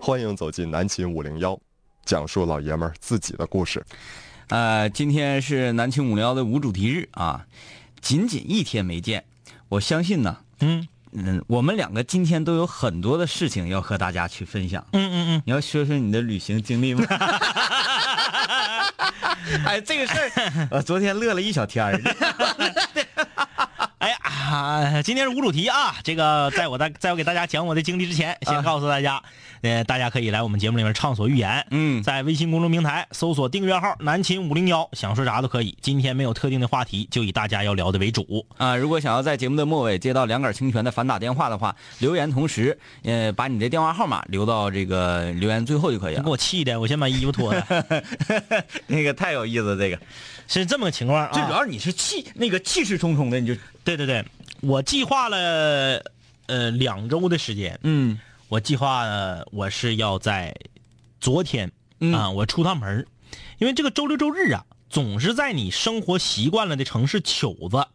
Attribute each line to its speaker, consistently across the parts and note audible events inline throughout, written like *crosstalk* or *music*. Speaker 1: 欢迎走进南秦五零幺，讲述老爷们儿自己的故事。
Speaker 2: 呃，今天是南青五零幺的无主题日啊，仅仅一天没见，我相信呢，
Speaker 1: 嗯
Speaker 2: 嗯，我们两个今天都有很多的事情要和大家去分享。
Speaker 1: 嗯嗯
Speaker 2: 你要说说你的旅行经历
Speaker 1: *laughs*
Speaker 2: 吗？哎，这个事儿，我昨天乐了一小天
Speaker 1: *laughs*
Speaker 2: 儿。
Speaker 3: 哎呀，啊今天是无主题啊！这个在我大在我给大家讲我的经历之前，
Speaker 2: 啊
Speaker 3: 先告诉大家，呃，大家可以来我们节目里面畅所欲言。
Speaker 2: 嗯
Speaker 3: 在微信公众平台搜索订阅号“南秦五零幺”，想说啥都可以。今天没有特定的话题，就以大家要聊的为主。
Speaker 2: 啊、如果想要在节目的末尾接到两杆清泉的反打电话的话，留言同时，呃，把你的电话号码留到这个留言最后就可以
Speaker 1: *laughs*
Speaker 3: 给
Speaker 2: 了。
Speaker 3: 我气的，我先把衣服
Speaker 2: *laughs*
Speaker 3: 脱了。
Speaker 2: 那个太有意思了，这个
Speaker 3: 是这么个情况啊。
Speaker 2: 最主要是你是气那个气势冲冲的，你就
Speaker 3: 对对对，我计划了呃两周的时间，
Speaker 2: 嗯
Speaker 3: 我计划呃我是要在昨天
Speaker 2: 嗯
Speaker 3: 啊、我出趟门儿因为这个周六周日啊，总是在你生活习惯了的城市糗子，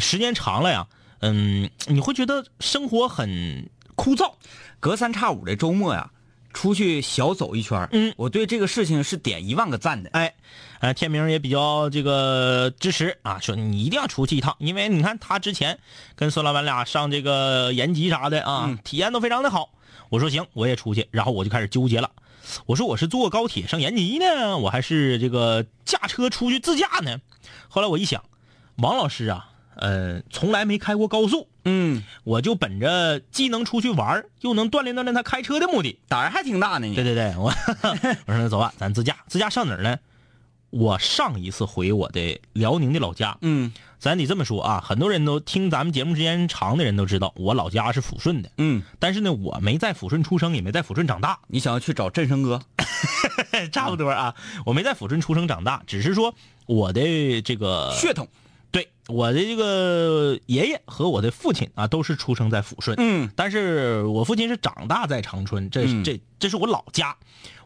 Speaker 3: 时间长了呀，嗯，你会觉得生活很枯燥。
Speaker 2: 隔三差五的周末呀、出去小走一圈儿，
Speaker 3: 嗯
Speaker 2: 我对这个事情是点一万个赞的。
Speaker 3: 哎，呃，天明也比较这个支持啊，说你一定要出去一趟，因为你看他之前跟孙老板俩上这个延吉啥的啊，
Speaker 2: 嗯
Speaker 3: 体验都非常的好。我说行，我也出去，然后我就开始纠结了。我说我是坐高铁上延吉呢，我还是这个驾车出去自驾呢？后来我一想，王老师啊，呃，从来没开过高速，
Speaker 2: 嗯，
Speaker 3: 我就本着既能出去玩儿又能锻炼锻炼他开车的目的，
Speaker 2: 胆儿还挺大呢你。
Speaker 3: 对对对，我我说那走吧，咱自驾，自驾上哪儿呢？我上一次回我的辽宁的老家，
Speaker 2: 嗯
Speaker 3: 咱得这么说啊，很多人都听咱们节目时间长的人都知道，我老家是抚顺的，
Speaker 2: 嗯，
Speaker 3: 但是呢，我没在抚顺出生，也没在抚顺长大，
Speaker 2: 你想要去找振声哥？
Speaker 3: 差不多啊，我没在抚顺出生长大，只是说我的这个
Speaker 2: 血统。
Speaker 3: 对，我的这个爷爷和我的父亲啊，都是出生在抚顺。
Speaker 2: 嗯，
Speaker 3: 但是我父亲是长大在长春，这、
Speaker 2: 嗯
Speaker 3: 这这是我老家。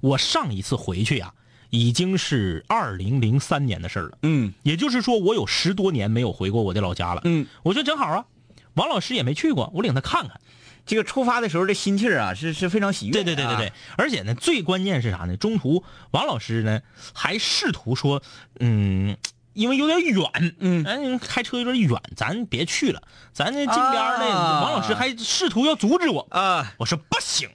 Speaker 3: 我上一次回去呀、已经是二零零三年的事儿了。
Speaker 2: 嗯
Speaker 3: 也就是说，我有十多年没有回过我的老家了。
Speaker 2: 嗯，
Speaker 3: 我觉得正好啊，王老师也没去过，我领他看看。
Speaker 2: 这个出发的时候的心气儿啊，是是非常喜悦的
Speaker 3: 对
Speaker 2: 啊。
Speaker 3: 对对对对，而且呢，最关键是啥呢？中途王老师呢还试图说，嗯，因为有点远，
Speaker 2: 嗯
Speaker 3: 哎，开车有点远，咱别去了，咱这近边儿的。
Speaker 2: 啊
Speaker 3: 王老师还试图要阻止我，
Speaker 2: 啊，
Speaker 3: 我说不行，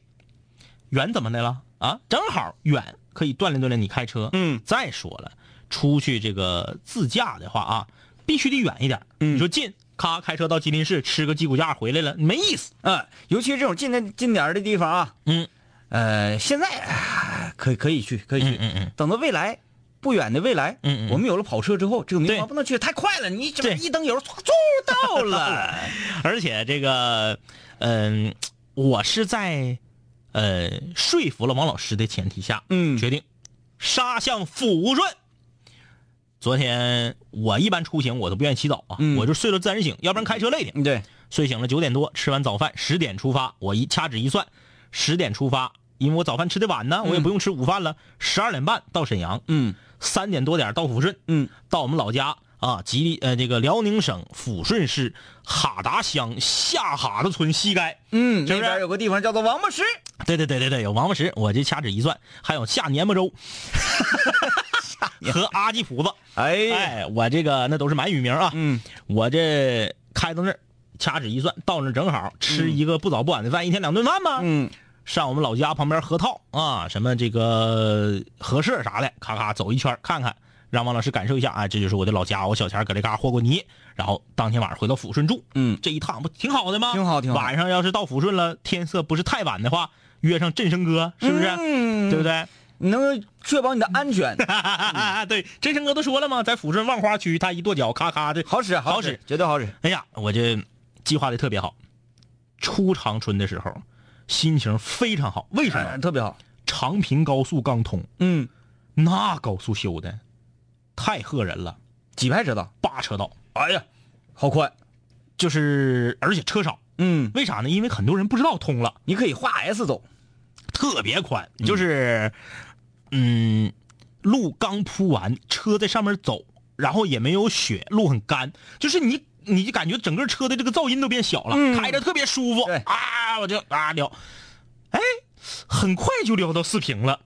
Speaker 3: 远怎么的了啊？正好远可以锻炼锻炼你开车。
Speaker 2: 嗯，
Speaker 3: 再说了，出去这个自驾的话啊，必须得远一点。
Speaker 2: 嗯
Speaker 3: 你说近，咔开车到吉林市吃个鸡骨架回来了，没意思。
Speaker 2: 嗯，尤其是这种近的近点儿的地方啊，
Speaker 3: 嗯，
Speaker 2: 呃，现在啊可以可以去，可以去。
Speaker 3: 嗯嗯
Speaker 2: 等到未来不远的未来，
Speaker 3: 嗯嗯
Speaker 2: 我们有了跑车之后，这种地方
Speaker 3: 对
Speaker 2: 不能去太快了，你这
Speaker 3: 对
Speaker 2: 一灯油，唰嗖到
Speaker 3: *laughs*
Speaker 2: 了。
Speaker 3: 而且这个，嗯、我是在呃说服了王老师的前提下，
Speaker 2: 嗯
Speaker 3: 决定杀向抚顺。昨天我一般出行我都不愿意起早啊，
Speaker 2: 嗯
Speaker 3: 我就睡到自然醒，要不然开车累的。
Speaker 2: 对，
Speaker 3: 睡醒了九点多，吃完早饭十点出发，我一掐指一算，十点出发，因为我早饭吃的晚呢，我也不用吃午饭了。十二点半到沈阳，
Speaker 2: 嗯
Speaker 3: 三点多点到抚顺，
Speaker 2: 嗯，
Speaker 3: 到我们老家啊，吉林呃这个辽宁省抚顺市哈达乡下哈达村西街。
Speaker 2: 嗯，
Speaker 3: 是
Speaker 2: 那
Speaker 3: 不是
Speaker 2: 边有个地方叫做王八石，
Speaker 3: 对对对对对，有王八石，我这掐指一算，还有下年
Speaker 2: *laughs*
Speaker 3: 巴州和阿吉普子，
Speaker 2: 哎，
Speaker 3: 哎，我这个那都是满语名啊。
Speaker 2: 嗯
Speaker 3: 我这开到那儿，掐指一算，到那儿正好吃一个不早不晚的饭，一天两顿饭嘛。
Speaker 2: 嗯
Speaker 3: 上我们老家旁边河套啊，什么这个河社啥的，咔咔走一圈看看，让王老师感受一下啊，这就是我的老家，我小前儿搁这嘎和过泥，然后当天晚上回到抚顺住，
Speaker 2: 嗯，
Speaker 3: 这一趟不挺好的吗？
Speaker 2: 挺好挺好
Speaker 3: 晚上要是到抚顺了，天色不是太晚的话，约上振声哥是不是？
Speaker 2: 嗯嗯
Speaker 3: 对啊不对？
Speaker 2: 你能确保你的安
Speaker 3: *laughs*
Speaker 2: 全，
Speaker 3: 啊对，振声哥都说了嘛，在抚顺望花区，他一跺脚，咔咔的，
Speaker 2: 好使
Speaker 3: 好
Speaker 2: 使
Speaker 3: 使，
Speaker 2: 绝对好使。
Speaker 3: 哎呀，我这计划的特别好。出长春的时候，心情非常好，为什么？
Speaker 2: 哎特别好，
Speaker 3: 长平高速刚通，
Speaker 2: 嗯，
Speaker 3: 那高速修的太吓人了，
Speaker 2: 几排车道，
Speaker 3: 八车道，
Speaker 2: 哎呀，好宽，
Speaker 3: 就是而且车少，
Speaker 2: 嗯，
Speaker 3: 为啥呢？因为很多人不知道通了，
Speaker 2: 你可以画 S 走，
Speaker 3: 特别宽，就是嗯，路刚铺完，车在上面走，然后也没有雪，路很干，就是你。你就感觉整个车的这个噪音都变小了，
Speaker 2: 嗯
Speaker 3: 开着特别舒服
Speaker 2: 对
Speaker 3: 啊！我就啊聊，哎，很快就撩到四平了。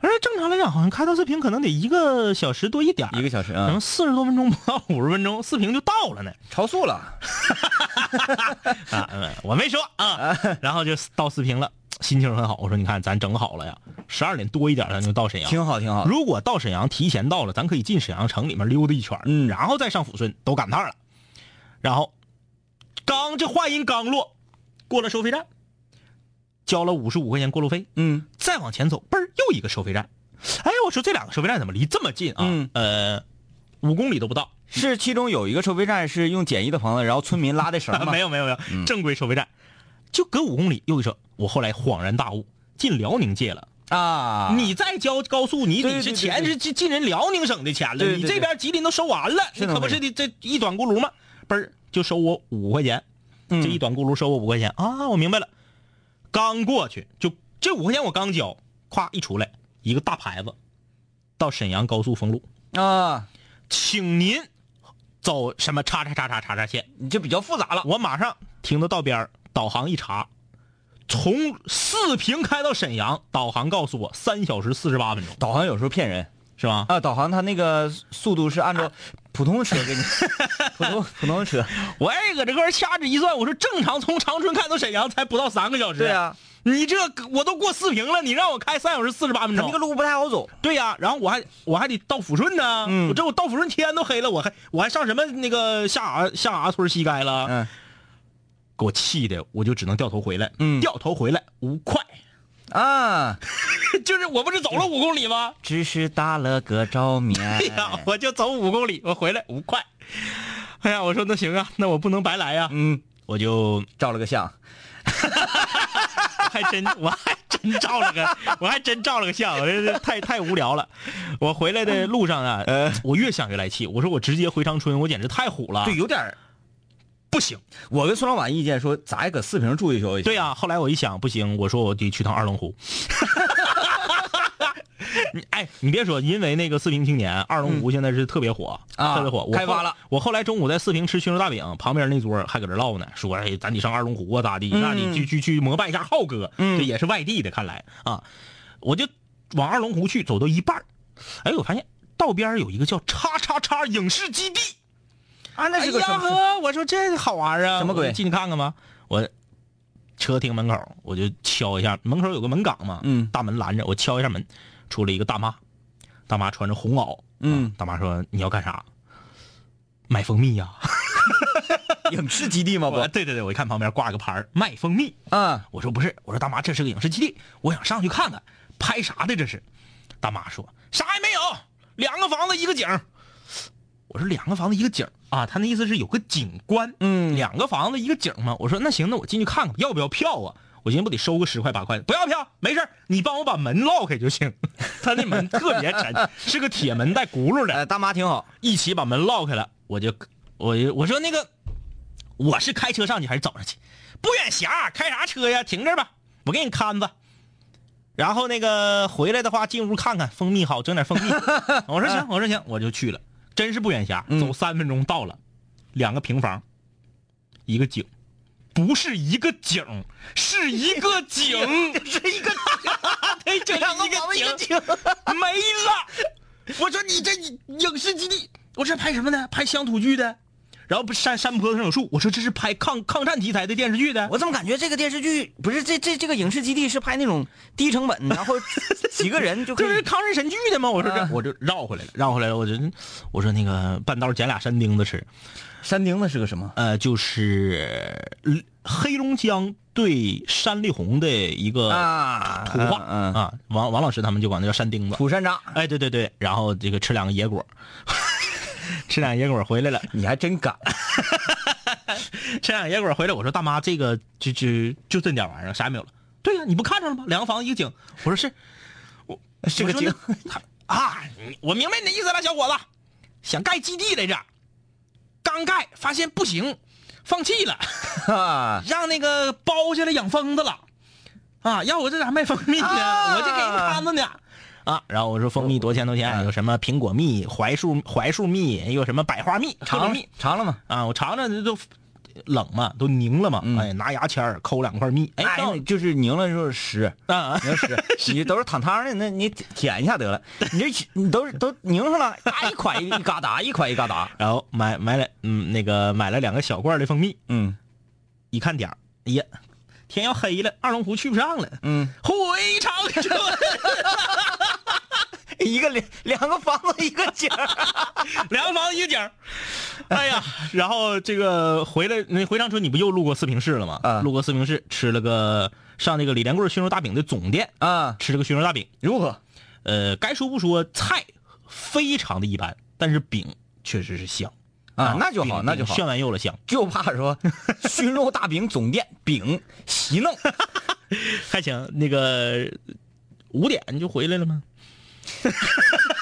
Speaker 3: 而正常来讲，好像开到四平可能得一个小时多一点儿
Speaker 2: 一个小时
Speaker 3: 可
Speaker 2: 啊
Speaker 3: 能，四十多分钟不到五十分钟，四平就到了呢。
Speaker 2: 超速了，
Speaker 3: 啊， *laughs* 嗯我没说
Speaker 2: *laughs*
Speaker 3: 啊。然后就到四平了，心情很好。我说你看，咱整好了呀，十二点多一点咱就到沈阳。
Speaker 2: 挺好挺好。
Speaker 3: 如果到沈阳提前到了，咱可以进沈阳城里面溜达一圈儿，
Speaker 2: 嗯
Speaker 3: 然后再上抚顺，都赶趟儿了。然后，刚这话音刚落，过了收费站，交了五十五块钱过路费，
Speaker 2: 嗯
Speaker 3: 再往前走，嘣儿又一个收费站。哎，我说这两个收费站怎么离这么近啊？
Speaker 2: 嗯
Speaker 3: 呃，五公里都不到。
Speaker 2: 是其中有一个收费站是用简易的棚子，然后村民拉的绳
Speaker 3: *laughs*
Speaker 2: *laughs*
Speaker 3: 啊
Speaker 2: 吗？嗯
Speaker 3: 没有没有没有，正规收费站，就隔五公里又一车。我后来恍然大悟，进辽宁界了。
Speaker 2: 啊，
Speaker 3: 你再交高速，你
Speaker 2: 对
Speaker 3: 得
Speaker 2: 对
Speaker 3: 是
Speaker 2: 对
Speaker 3: 钱
Speaker 2: 对
Speaker 3: 是进进人辽宁省的钱了，
Speaker 2: 对对
Speaker 3: 你
Speaker 2: 对
Speaker 3: 这边吉林都收完了，
Speaker 2: 是
Speaker 3: 你
Speaker 2: 那
Speaker 3: 可
Speaker 2: 么
Speaker 3: 不
Speaker 2: 回事
Speaker 3: 是得这一短轱辘吗？嘣儿就收我五块钱，
Speaker 2: 嗯
Speaker 3: 这一短轱辘收我五块钱啊！我明白了，刚过去就这五块钱我刚交，咵一出来一个大牌子，到沈阳高速封路，
Speaker 2: 啊，
Speaker 3: 请您走什么叉叉叉叉叉叉线。
Speaker 2: 你这比较复杂了。
Speaker 3: 我马上停到道边儿导航一查，从四平开到沈阳，导航告诉我三小时四十八分钟，
Speaker 2: 导航有时候骗人
Speaker 3: 是吧？
Speaker 2: 啊，导航它那个速度是按照普通车 *laughs* 给你，普通普通车。
Speaker 3: *laughs* 我也搁这块儿掐指一算，我说正常从长春开到沈阳才不到三个小时。
Speaker 2: 对啊，
Speaker 3: 你这个我都过四平了，你让我开三小时四十八分
Speaker 2: 它那个
Speaker 3: 钟？
Speaker 2: 路不太好走。
Speaker 3: 对呀、然后我还我还得到抚顺呢，
Speaker 2: 嗯
Speaker 3: 我这我到抚顺天都黑了，我还我还上什么那个下崖下崖村西街了，
Speaker 2: 嗯
Speaker 3: 给我气的，我就只能掉头回来，
Speaker 2: 嗯
Speaker 3: 掉头回来五 *laughs* 块，
Speaker 2: 啊，
Speaker 3: 就是我不是走了五公里吗？
Speaker 2: 只是打了个照 *laughs* 面。
Speaker 3: 哎呀，我就走五公里，我回来五块。哎呀，我说那行啊，那我不能白来呀、
Speaker 2: 嗯，
Speaker 3: 我就
Speaker 2: 照了个相。
Speaker 3: 我还真 *laughs* 我还真照了 *laughs* 个，我还真照了个相，我这这太太无聊了。我回来的路上啊，我越想越来气，我说我直接回长春，我简直太虎了。
Speaker 2: 对，，有点儿。
Speaker 3: 不行。
Speaker 2: 我跟孙老板意见说，咱也搁四平住一宿。
Speaker 3: 对呀、啊后来我一想，不行，我说我得去趟二
Speaker 2: *laughs*
Speaker 3: 龙湖。你哎，你别说，因为那个四平青年，二龙湖现在是特别火，
Speaker 2: 啊
Speaker 3: 特别火，我后
Speaker 2: 开发了。
Speaker 3: 我后来中午在四平吃熏肉大饼，旁边那桌还搁这唠呢，说哎，咱得上二龙湖啊，咋地？那得去去去膜拜一下浩哥，
Speaker 2: 嗯
Speaker 3: 这也是外地的，看来啊，我就往二龙湖去，走到一半儿哎，我发现道边儿有一个叫叉叉叉影视基地。
Speaker 2: 啊，那是个
Speaker 3: 哎呀
Speaker 2: 城市
Speaker 3: 呵，我说这好玩啊，
Speaker 2: 什么鬼
Speaker 3: 我进去看看吧。我车停门口，我就敲一下，门口有个门岗嘛，
Speaker 2: 嗯
Speaker 3: 大门拦着，我敲一下门，出来一个大妈，大妈穿着红袄，
Speaker 2: 嗯
Speaker 3: 啊大妈说你要干啥？买蜂蜜呀、
Speaker 2: *laughs* 影视基地吗？
Speaker 3: 我
Speaker 2: 不，
Speaker 3: 对对对，我一看旁边挂个牌儿卖蜂蜜，
Speaker 2: 啊，
Speaker 3: 我说不是，我说大妈，这是个影视基地，我想上去看看，拍啥的这是？大妈说啥也没有，两个房子一个景儿。我说两个房子一个景儿啊，他那意思是有个景观，
Speaker 2: 嗯
Speaker 3: 两个房子一个景儿嘛。我说那行，那我进去看看，要不要票啊？我寻思不得收个十块八块，不要票，没事儿你帮我把门落开就行。 *laughs* 他那门特别沉，是个铁门带轱辘的，
Speaker 2: 哎，大妈挺好。
Speaker 3: 一起把门落开了，我就我就我说那个我是开车上去还是走上去？不远峡开啥车呀？停这儿吧，我给你看吧。然后那个回来的话，进屋看看蜂蜜好，整点 *laughs* 蜂蜜。我说行，我说行，我就去了。真是不远峡，
Speaker 2: 嗯
Speaker 3: 走三分钟到了，两个平房，一个井，不是一个井，是一个井， *laughs* 是一个， *laughs* 对，这两个
Speaker 2: 房子一个
Speaker 3: 井没了。 *laughs* 我说你这影视基地，我说拍什么呢？拍乡土剧的，然后不是山山坡上有树，我说这是拍抗抗战题材的电视剧的。
Speaker 2: 我怎么感觉这个电视剧不是这这这个影视基地是拍那种低成本，然后几个人 *laughs* 就可
Speaker 3: 就是
Speaker 2: 以
Speaker 3: 抗日神剧的嘛，我说这、
Speaker 2: 啊
Speaker 3: 我就绕回来了，绕回来了，我就我说那个半道捡俩山钉子吃，
Speaker 2: 山钉子是个什么？
Speaker 3: 呃，就是呃黑龙江对山丽红的一个
Speaker 2: 啊
Speaker 3: 土话
Speaker 2: 嗯嗯
Speaker 3: 啊，王王老师他们就管那叫山钉子，
Speaker 2: 土山楂，
Speaker 3: 哎，对对对，然后这个吃两个野果， *laughs* 吃两个野果回来了，
Speaker 2: 你还真敢。
Speaker 3: 吃两个野果回来，我说大妈，这个就就就这点玩意儿，啥也没有了。对呀、你不看着了吗？两个房子一个井。我说是，我
Speaker 2: 是个
Speaker 3: 我说那他啊，你我明白你的意思了，小伙子，想盖基地来着，刚盖发现不行，放弃了，
Speaker 2: 啊
Speaker 3: 让那个包下来养蜂子了。啊，要我这咋卖蜂蜜呢？
Speaker 2: 啊
Speaker 3: 我这给人摊子呢。啊，嗯然后我说蜂蜜多少钱多少钱？有什么苹果蜜、槐树槐树蜜，有什么百花蜜、长
Speaker 2: 尝
Speaker 3: 柳
Speaker 2: 了
Speaker 3: 蜜，
Speaker 2: 尝了吗？
Speaker 3: 啊，我尝尝这都冷嘛，都凝了嘛，
Speaker 2: 嗯
Speaker 3: 哎，拿牙签儿抠两块蜜，哎，
Speaker 2: 哎，就是拧了就是屎，
Speaker 3: 啊，
Speaker 2: 拧 *laughs* 屎，你都是淌汤的，那你舔一下得了。你这你都是都拧上了，啊，一块一嘎达，一块一嘎达。
Speaker 3: *laughs* 然后买买了，嗯，那个买了两个小罐儿的蜂蜜，
Speaker 2: 嗯
Speaker 3: 一看点儿，哎呀，天要黑了，二龙湖去不上了，
Speaker 2: 嗯，
Speaker 3: 回长春，
Speaker 2: 一个两两个房子一个井儿。
Speaker 3: *laughs* 两个房子一个景儿，哎呀，然后这个回来，那回长春你不又路过四平市了吗？
Speaker 2: 啊
Speaker 3: 路过四平市吃了个上那个李连贵熏肉大饼的总店，
Speaker 2: *laughs* 啊，
Speaker 3: 吃了个熏肉大饼，
Speaker 2: 如何？
Speaker 3: 呃，该说不说，菜非常的一般，但是饼确实是香
Speaker 2: 啊那就好
Speaker 3: 饼
Speaker 2: 那就好
Speaker 3: 炫完又了香，
Speaker 2: 就怕说熏肉大饼总店饼席弄，
Speaker 3: 还行。那个五点你就回来了吗？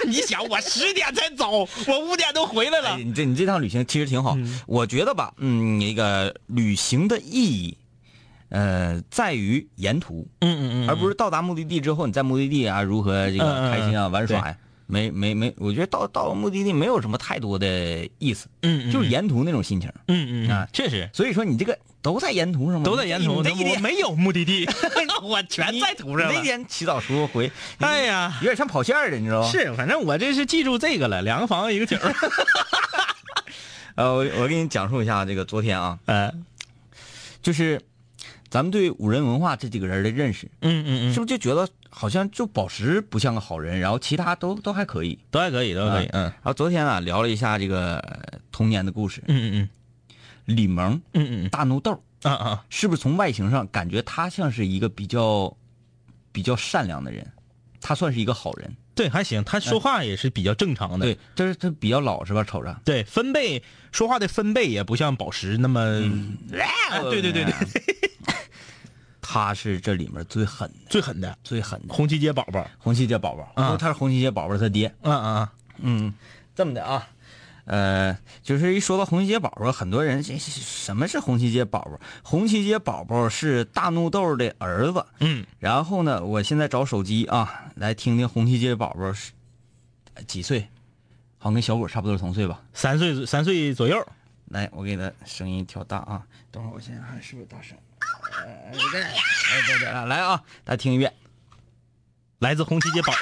Speaker 3: 你想我十点才走，我五点都回来了。 *laughs*
Speaker 2: 哎你这你这趟旅行其实挺好，我觉得吧，嗯，那个旅行的意义，呃，在于沿途，
Speaker 3: 嗯嗯嗯，
Speaker 2: 而不是到达目的地之后，你在目的地啊如何这
Speaker 3: 嗯嗯
Speaker 2: 个
Speaker 3: 嗯
Speaker 2: 开心啊、玩耍呀、没没没，我觉得到到了目的地没有什么太多的意思，
Speaker 3: 嗯
Speaker 2: 就是
Speaker 3: 嗯
Speaker 2: 沿途那种心情。
Speaker 3: 嗯嗯
Speaker 2: 啊
Speaker 3: 啊，确实
Speaker 2: 所以说你这个都在沿途上吗？
Speaker 3: 都在沿途，
Speaker 2: 你这一
Speaker 3: 我
Speaker 2: 点
Speaker 3: 没有目的地，我全在途上
Speaker 2: 你那
Speaker 3: 了。
Speaker 2: 天起早出回，
Speaker 3: 哎呀，
Speaker 2: 有点像跑线儿的，你知道吗？
Speaker 3: 是，反正我这是记住这个了，两个房子一个景儿。
Speaker 2: 呃，我我给你讲述一下这个昨天啊，
Speaker 3: 嗯
Speaker 2: 就是咱们对五人文化这几个人的认识，
Speaker 3: 嗯嗯
Speaker 2: 是
Speaker 3: 嗯，
Speaker 2: 不是就觉得好像就宝石不像个好人，然后其他都都还可以。
Speaker 3: 都还可以，都还可以。嗯
Speaker 2: 然后昨天啊聊了一下这个呃童年的故事，
Speaker 3: 嗯嗯
Speaker 2: 李萌、
Speaker 3: 嗯嗯嗯
Speaker 2: 大怒豆，
Speaker 3: 啊啊，
Speaker 2: 是不是从外形上感觉他像是一个比较比较善良的人？他算是一个好人，
Speaker 3: 对，还行，他说话也是比较正常的。
Speaker 2: 对，就是他比较老实吧，瞅着。
Speaker 3: 对，分贝说话的分贝也不像宝石那么，哎对对对对，
Speaker 2: 啊 *laughs* 他是这里面最狠的，
Speaker 3: *laughs* 最狠的
Speaker 2: 最狠的
Speaker 3: 红旗街宝宝。
Speaker 2: 红旗街宝宝，
Speaker 3: 啊
Speaker 2: 他是红旗街宝宝他爹。
Speaker 3: 嗯嗯
Speaker 2: 嗯，这么的啊，呃，就是一说到红旗街宝宝，很多人这这什么是红旗街宝宝？红旗街宝宝是大怒豆的儿子。
Speaker 3: 嗯，
Speaker 2: 然后呢，我现在找手机啊，来听听红旗街宝宝是呃几岁？好像跟小果差不多同岁吧。
Speaker 3: 三岁三岁左右。
Speaker 2: 来，我给他声音调大啊，等会儿我先看是不是大声。呃有点儿哎，对对对，来啊，大家听一遍。
Speaker 3: 来自红旗街宝。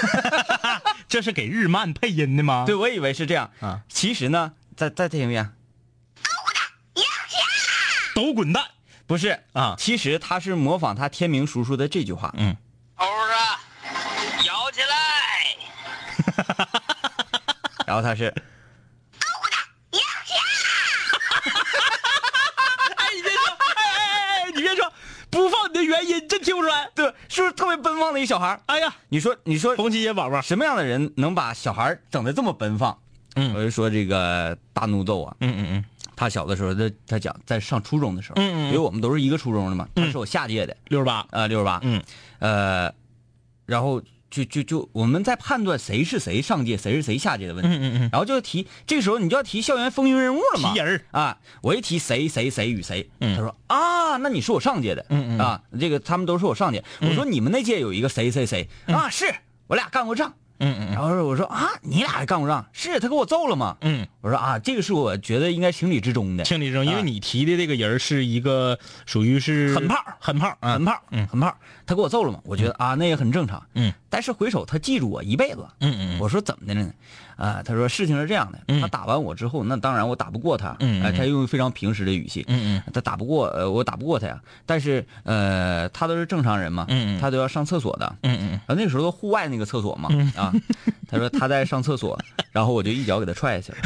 Speaker 3: *laughs* 这是给日漫配音的吗？
Speaker 2: 对，，我以为是这样
Speaker 3: 啊。
Speaker 2: 其实呢，再再听一遍，
Speaker 3: 都滚蛋
Speaker 2: 不是
Speaker 3: 啊！
Speaker 2: 其实他是模仿他天明叔叔的这句
Speaker 3: *laughs*
Speaker 2: 话，
Speaker 3: 嗯，
Speaker 4: 猴子，摇起来！
Speaker 2: 然后他是， *laughs*
Speaker 3: 哎，你别说，不放你的原因，真听不出来。
Speaker 2: 对，是不是特别奔放的一小孩儿？
Speaker 3: 哎呀，
Speaker 2: 你说，你说
Speaker 3: 红旗街宝宝，
Speaker 2: 什么样的人能把小孩儿整的这么奔放？
Speaker 3: 嗯
Speaker 2: 我就说这个大怒斗啊，
Speaker 3: 嗯嗯嗯，
Speaker 2: 他小的时候，他他讲在上初中的时候，
Speaker 3: 嗯嗯嗯
Speaker 2: 因为我们都是一个初中的嘛，他是我下届的，
Speaker 3: 六十八，
Speaker 2: 啊，六十八，
Speaker 3: 嗯，
Speaker 2: 呃，然后就就就我们在判断谁是谁上届，谁是谁下届的问题，
Speaker 3: 嗯嗯嗯，
Speaker 2: 然后就提，这个时候你就要提校园风云人物了嘛，
Speaker 3: 提人儿
Speaker 2: 啊，我一提谁谁谁与谁，
Speaker 3: 嗯
Speaker 2: 他说啊，那你是我上届的，
Speaker 3: 嗯嗯
Speaker 2: 啊，这个他们都是我上届，我说你们那届有一个谁谁谁、啊，是我俩干过仗，
Speaker 3: 嗯嗯
Speaker 2: 然后我说啊，你俩还干过仗，是他给我揍了吗？
Speaker 3: 嗯，
Speaker 2: 我说啊，这个是我觉得应该情理之中的，
Speaker 3: 情理之中，因
Speaker 2: 啊
Speaker 3: 为你提的这个人是一个属于是
Speaker 2: 很胖，
Speaker 3: 很胖啊，
Speaker 2: 很胖，
Speaker 3: 嗯
Speaker 2: 很胖，他给我揍了嘛，我觉得啊，那也很正常，
Speaker 3: 嗯，
Speaker 2: 但是回首他记住我一辈子，
Speaker 3: 嗯嗯嗯
Speaker 2: 我说怎么的呢？啊，他说事情是这样的，
Speaker 3: 嗯
Speaker 2: 他打完我之后，那当然我打不过他，
Speaker 3: 嗯嗯
Speaker 2: 哎，
Speaker 3: 嗯
Speaker 2: 他用非常平实的语气，
Speaker 3: 嗯
Speaker 2: 他打不过，呃，我打不过他呀，但是呃，他都是正常人嘛，
Speaker 3: 嗯嗯
Speaker 2: 他都要上厕所的，
Speaker 3: 嗯嗯嗯，
Speaker 2: 然后那个时候都户外那个厕所嘛，啊，他说他在上厕所，然后我就一脚给他踹下去了。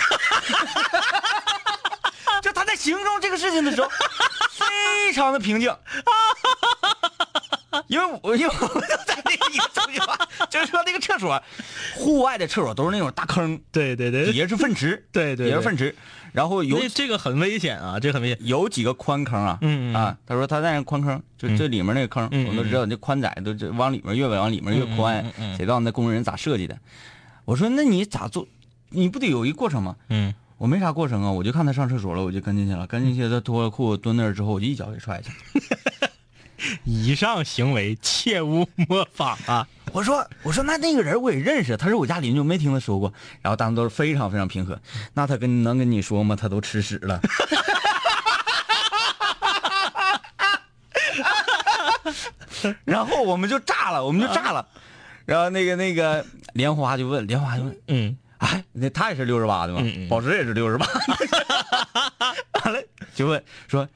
Speaker 2: *laughs* 就他在形容这个事情的时候，非常的平静，因为我因为我就在那一个厕所，就是说那个厕所，户外的厕所都是那种大坑，
Speaker 3: 对对对
Speaker 2: 底下是粪池，
Speaker 3: 对对，
Speaker 2: 底下是粪池，然后有
Speaker 3: 那这个很危险啊，这个很危险。
Speaker 2: 有几个宽坑啊，
Speaker 3: 嗯嗯
Speaker 2: 啊，他说他在那宽坑，就
Speaker 3: 嗯
Speaker 2: 这里面那个坑，
Speaker 3: 嗯嗯
Speaker 2: 我们都知道，这宽窄都这往里面越往里面越宽，
Speaker 3: 嗯嗯嗯嗯
Speaker 2: 谁知道那工人咋设计的？我说那你咋做？你不得有一过程吗？
Speaker 3: 嗯，
Speaker 2: 我没啥过程啊，我就看他上厕所了，我就跟进去了，跟进去他脱了裤蹲那儿之后，我就一脚给踹下去。
Speaker 3: 以上行为切勿模仿啊！
Speaker 2: 我说我说那那个人我也认识，他是我家邻居，没听他说过。然后大家都是非常非常平和。那他跟能跟你说吗？他都吃屎了。 *laughs* 然后我们就炸了，我们就炸了。然后那个那个莲花就问莲花就问，
Speaker 3: 嗯，
Speaker 2: 哎，那他也是六十八的嘛，
Speaker 3: 嗯嗯
Speaker 2: 宝石也是六十八。 *laughs* 完了就问说，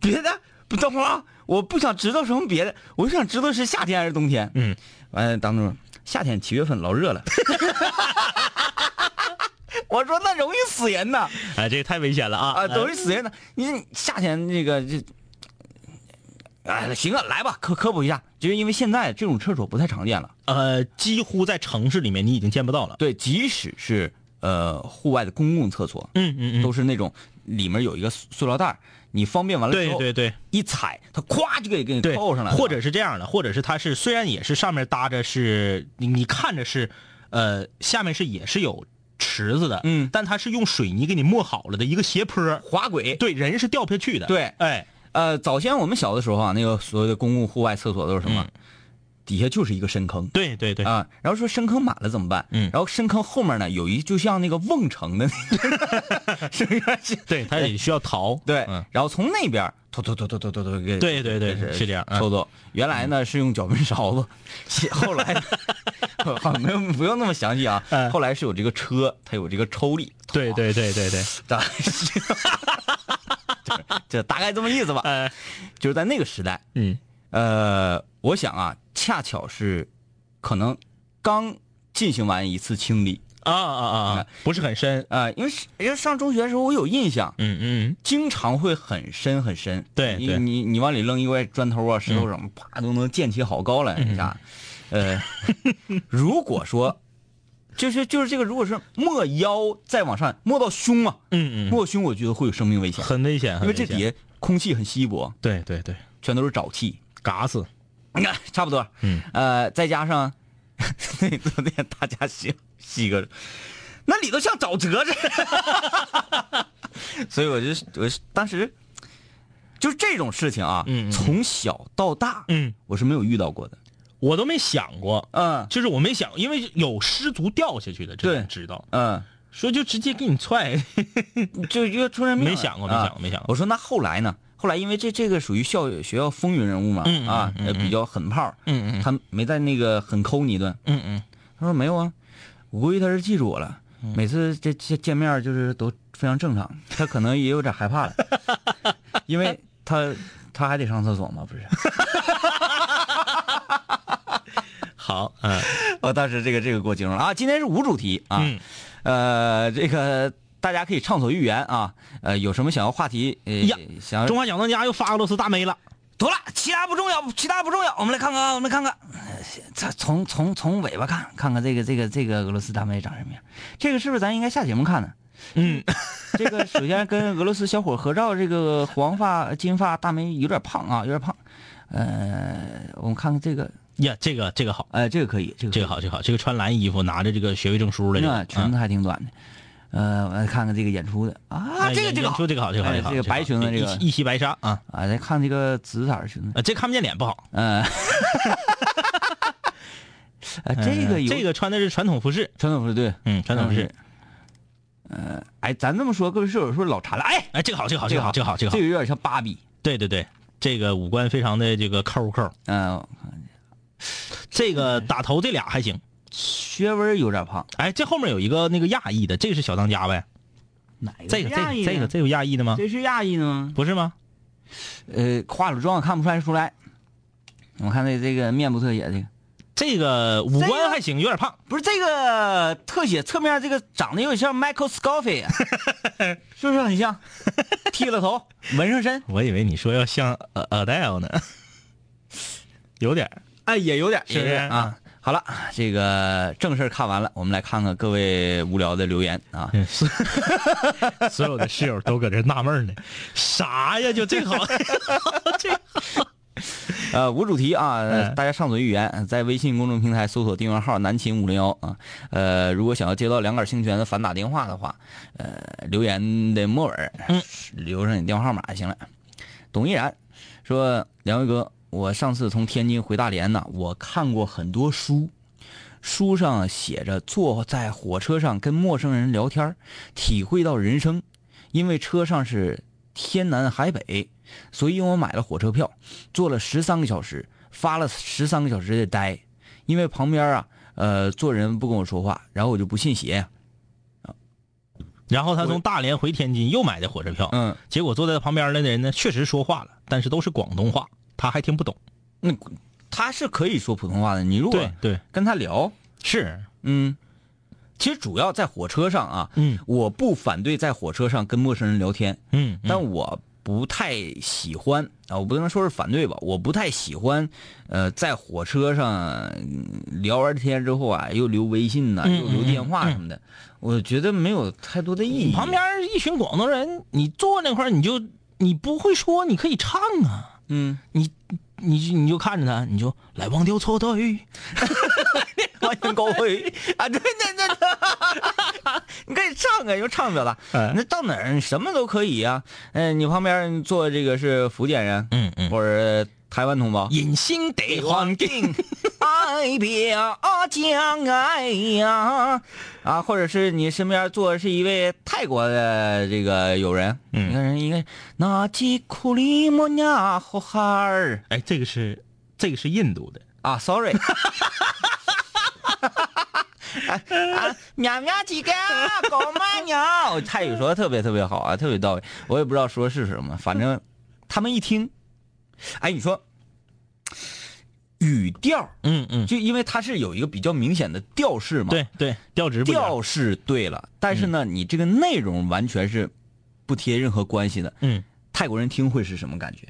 Speaker 2: 别的不等会儿啊，我不想知道什么别的，我想知道是夏天还是冬天。
Speaker 3: 嗯，
Speaker 2: 完了当中夏天七月份老热了。 *laughs* 我说那容易死人呐
Speaker 3: 哎，这个太危险了啊！
Speaker 2: 啊，容易死人呐！你夏天那个这，哎，行啊，来吧，科科普一下，就是因为现在这种厕所不太常见了。
Speaker 3: 呃，几乎在城市里面你已经见不到了。
Speaker 2: 对，即使是呃户外的公共厕所，
Speaker 3: 嗯嗯
Speaker 2: 都是那种里面有一个塑塑料袋儿，你方便完了之
Speaker 3: 对
Speaker 2: 后，
Speaker 3: 对对
Speaker 2: 一踩它咵就给给你
Speaker 3: 对，
Speaker 2: 扣上来了，
Speaker 3: 或者是这样的，或者是它是虽然也是上面搭着是你你看着是，呃，下面是也是有池子的，
Speaker 2: 嗯
Speaker 3: 但它是用水泥给你抹好了的一个斜坡，
Speaker 2: 滑轨。
Speaker 3: 对，人是掉不下去的。
Speaker 2: 对
Speaker 3: 哎，
Speaker 2: 呃，早先我们小的时候啊，那个所谓的公共户外厕所都是什么？底下就是一个深坑。
Speaker 3: 对嗯对对，
Speaker 2: 啊，然后说深坑满了怎么办？
Speaker 3: 嗯
Speaker 2: 然后深坑后面呢有一就像那个瓮城的那个， *laughs* 是不是？
Speaker 3: 对，它也需要逃。
Speaker 2: 对
Speaker 3: 嗯，
Speaker 2: 然后从那边突突突突突突突给，
Speaker 3: 对对对是这样嗯
Speaker 2: 抽走。原来呢是用搅拌勺
Speaker 3: *laughs*
Speaker 2: 子，是后来 *laughs* 好没有不用那么详细啊
Speaker 3: 嗯，
Speaker 2: 后来是有这个车，它有这个抽力，
Speaker 3: 对对对对 *laughs* 对，
Speaker 2: 大概是 *laughs* 这大概这么意思吧。
Speaker 3: 哎，
Speaker 2: 就是在那个时代，
Speaker 3: 嗯
Speaker 2: 呃，我想啊，恰巧是可能刚进行完一次清理，
Speaker 3: 啊啊啊啊，不是很深。
Speaker 2: 呃，因为是因为上中学的时候我有印象，
Speaker 3: 嗯嗯
Speaker 2: 经常会很深很深。
Speaker 3: 对
Speaker 2: 你
Speaker 3: 对嗯
Speaker 2: 你你往里扔一块砖头啊、石头什么，啪都能溅起好高来一下。呃， *laughs* 如果说，就是就是这个，如果是没腰再往上，没到胸啊，
Speaker 3: 嗯嗯
Speaker 2: 没胸，我觉得会有生命危险，
Speaker 3: 很危险，
Speaker 2: 因为这
Speaker 3: 很危
Speaker 2: 底
Speaker 3: 险
Speaker 2: 下空气很稀薄，
Speaker 3: 对对对，
Speaker 2: 全都是沼气。
Speaker 3: 嘎死。
Speaker 2: 你看， *laughs* 差不多。
Speaker 3: 嗯，
Speaker 2: 呃，再加上 *laughs* 那昨天大家洗洗个，那里头像沼泽似的。 *laughs* 所以我就我当时就这种事情啊，
Speaker 3: 嗯嗯
Speaker 2: 从小到大，
Speaker 3: 嗯，
Speaker 2: 我是没有遇到过的。
Speaker 3: 我都没想过，
Speaker 2: 嗯
Speaker 3: 就是我没想，因为有失足掉下去的，这
Speaker 2: 对
Speaker 3: 咱知道，
Speaker 2: 嗯，
Speaker 3: 说就直接给你
Speaker 2: *laughs*
Speaker 3: 踹。
Speaker 2: 就一个出人命啊。
Speaker 3: 没想过没
Speaker 2: 啊
Speaker 3: 想过没想过
Speaker 2: 我说那后来呢？后来因为这这个属于校学校风云人物嘛，
Speaker 3: 嗯嗯
Speaker 2: 啊，
Speaker 3: 嗯
Speaker 2: 呃比较狠炮，
Speaker 3: 嗯
Speaker 2: 他没在那个狠抠你一顿。
Speaker 3: 嗯嗯，
Speaker 2: 他说没有啊，我估计他是记住我了，每次这这见面就是都非常正常，他可能也有点害怕 *laughs* 了，因为他他还得上厕所嘛，不是？
Speaker 3: 好，嗯
Speaker 2: *laughs* 我当时这个这个给我惊了啊！今天是无主题啊，
Speaker 3: 嗯，
Speaker 2: 呃，这个大家可以畅所欲言啊，呃，有什么想要话题，呃
Speaker 3: 呀，
Speaker 2: 想要
Speaker 3: 中华小当家又发俄罗斯大妹了，
Speaker 2: 妥了，其他不重要，其他不重要，我们来看看啊，我们来看看，这从从从尾巴看看看这个这个这个俄罗斯大妹长什么样，这个是不是咱应该下节目看呢？
Speaker 3: 嗯，
Speaker 2: 这个首先跟俄罗斯小伙合照，这个黄发金发大梅有点胖啊，有点胖。呃，我们看看这个，
Speaker 3: 呀，这个这个好，
Speaker 2: 哎，这个可以，这个可
Speaker 3: 这
Speaker 2: 以
Speaker 3: 个好，这个好，这个穿蓝衣服拿着这个学位证书的这
Speaker 2: 那啊
Speaker 3: 个，嗯
Speaker 2: 裙子还挺短的。呃，我来看看这个演出的啊，
Speaker 3: 哎
Speaker 2: 这个这个好
Speaker 3: 说这个好，这个好，
Speaker 2: 哎
Speaker 3: 好，
Speaker 2: 这个白裙子这个
Speaker 3: 一一袭白纱啊，
Speaker 2: 啊，再看这个紫色儿裙子，
Speaker 3: 呃，这看不见脸不好， *laughs*
Speaker 2: 嗯，呃，这个
Speaker 3: 嗯
Speaker 2: 有
Speaker 3: 这个穿的是传统服饰，
Speaker 2: 传统服饰对，
Speaker 3: 嗯，传统服饰，。
Speaker 2: 呃，哎，咱这么说，各位室友是不是老馋了？哎，
Speaker 3: 哎，这个好，这个好，这个好，这个好，这个好
Speaker 2: 这，个有点像芭比，
Speaker 3: 对对对，这个五官非常的这个扣扣，
Speaker 2: 嗯，
Speaker 3: 这个打头这俩还行，
Speaker 2: 薛微有点胖，
Speaker 3: 哎，这后面有一个那个亚裔的，这个是小当家呗，
Speaker 2: 哪个
Speaker 3: 这个这
Speaker 2: 亚裔
Speaker 3: 个
Speaker 2: 呢
Speaker 3: 这个这有亚裔的吗？
Speaker 2: 这是亚裔的吗？
Speaker 3: 不是吗？
Speaker 2: 呃，化了妆看不出来出来。我看那这个面部特写，这个
Speaker 3: 这个五官还行，有点胖。
Speaker 2: 不是这个特写侧面这个长得有点像 Michael Scofield，是不是很像？剃了头，纹上
Speaker 3: *laughs*
Speaker 2: 身，
Speaker 3: 我以为你说要像呃 a d e 呢，有点儿。
Speaker 2: 哎，也有点，
Speaker 3: 是不是
Speaker 2: 也有点啊。好了，这个正事儿看完了，我们来看看各位无聊的留言啊。
Speaker 3: 嗯所所有的室友都搁这纳闷呢，啥呀？就 *laughs* 这好，
Speaker 2: 呃，无主题啊，呃
Speaker 3: 嗯
Speaker 2: 大家畅所欲言，在微信公众平台搜索订阅号“南秦五零幺”啊。呃，如果想要接到两杆儿清泉的反打电话的话，呃，留言的末尾，
Speaker 3: 嗯，
Speaker 2: 留上你电话号码就行了。董一然说：“两位哥，我上次从天津回大连呢，我看过很多书，书上写着坐在火车上跟陌生人聊天儿，体会到人生，因为车上是天南海北，所以我买了火车票，坐了十三个小时，发了十三个小时的呆，因为旁边啊，呃，坐人不跟我说话，然后我就不信邪呀，
Speaker 3: 然后他从大连回天津又买的火车票，
Speaker 2: 嗯，
Speaker 3: 结果坐在他旁边的人呢，确实说话了，但是都是广东话，他还听不懂。
Speaker 2: 那他是可以说普通话的，你如果
Speaker 3: 对，
Speaker 2: 跟他聊，
Speaker 3: 是，
Speaker 2: 嗯，其实主要在火车上啊，
Speaker 3: 嗯
Speaker 2: 我不反对在火车上跟陌生人聊天，
Speaker 3: 嗯，
Speaker 2: 但我不太喜欢啊，我不能说是反对吧，我不太喜欢，呃，在火车上嗯聊完天之后啊，又留微信呐、
Speaker 3: 嗯
Speaker 2: 又留电话什么的，我觉得没有太多的意义。啊
Speaker 3: 旁，边一群广东人，你坐那块儿你就你不会说，你可以唱啊，
Speaker 2: 嗯，
Speaker 3: 你你你就看着他，你就来忘掉错对，
Speaker 2: 万年高
Speaker 3: *laughs*
Speaker 2: 飞啊，对对对对， *laughs* 你可以唱啊，就唱表达。
Speaker 3: 嗯
Speaker 2: 那到哪儿什么都可以啊。嗯、你旁边坐这个是福建人，
Speaker 3: 嗯嗯，
Speaker 2: 或者台湾同胞，
Speaker 3: 人生得环境，
Speaker 2: 爱表将爱呀，啊，或者是你身边坐的是一位泰国的这个友人，
Speaker 3: 嗯
Speaker 2: 你看人应该那吉库里莫亚呼哈尔
Speaker 3: 哎，这个是这个是印度的，
Speaker 2: 啊，sorry，啊啊，喵喵几个狗妈鸟， *laughs* 泰语说的特别特别好啊，特别到位，我也不知道说是什么，反正他们一听，哎，你说语调儿。
Speaker 3: 嗯嗯，
Speaker 2: 就因为它是有一个比较明显的调式嘛，，
Speaker 3: 对对，调值不一样，
Speaker 2: 调式对了，但是呢，你这个内容完全是不贴任何关系的。
Speaker 3: 嗯，
Speaker 2: 泰国人听会是什么感觉？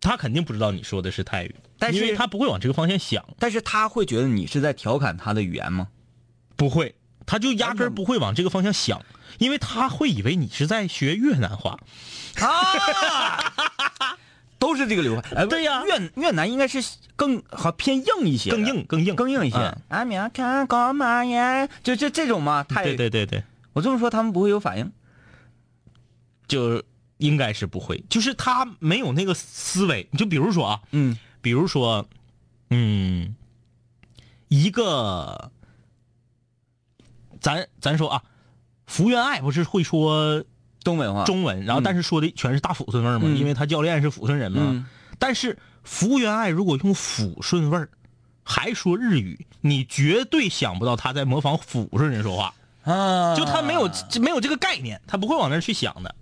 Speaker 3: 他肯定不知道你说的是泰语，
Speaker 2: 但是
Speaker 3: 因为他不会往这个方向想，
Speaker 2: 但是他会觉得你是在调侃他的语言吗？
Speaker 3: 不会，他就压根儿不会往这个方向想，因为他会以为你是在学越南话，
Speaker 2: 都是这个流派。哎不
Speaker 3: 对呀
Speaker 2: 越越南应该是更好偏硬一些的，
Speaker 3: 更硬更硬
Speaker 2: 更硬一些
Speaker 3: 嗯。
Speaker 2: 阿苗看高马呀，就就这种嘛。泰
Speaker 3: 对
Speaker 2: 语，
Speaker 3: 对对对，
Speaker 2: 我这么说他们不会有反应。
Speaker 3: 就应该是不会，就是他没有那个思维。就比如说啊，
Speaker 2: 嗯
Speaker 3: 比如说，嗯，一个，咱咱说啊，福原爱不是会说
Speaker 2: 东北话，
Speaker 3: 中文，然后但是说的全是大抚顺味儿嘛，
Speaker 2: 嗯
Speaker 3: 因为他教练是抚顺人嘛。
Speaker 2: 嗯
Speaker 3: 但是福原爱如果用抚顺味儿还说日语，你绝对想不到他在模仿抚顺人说话，
Speaker 2: 啊，
Speaker 3: 就他没有、没有这个概念，他不会往那儿去想的。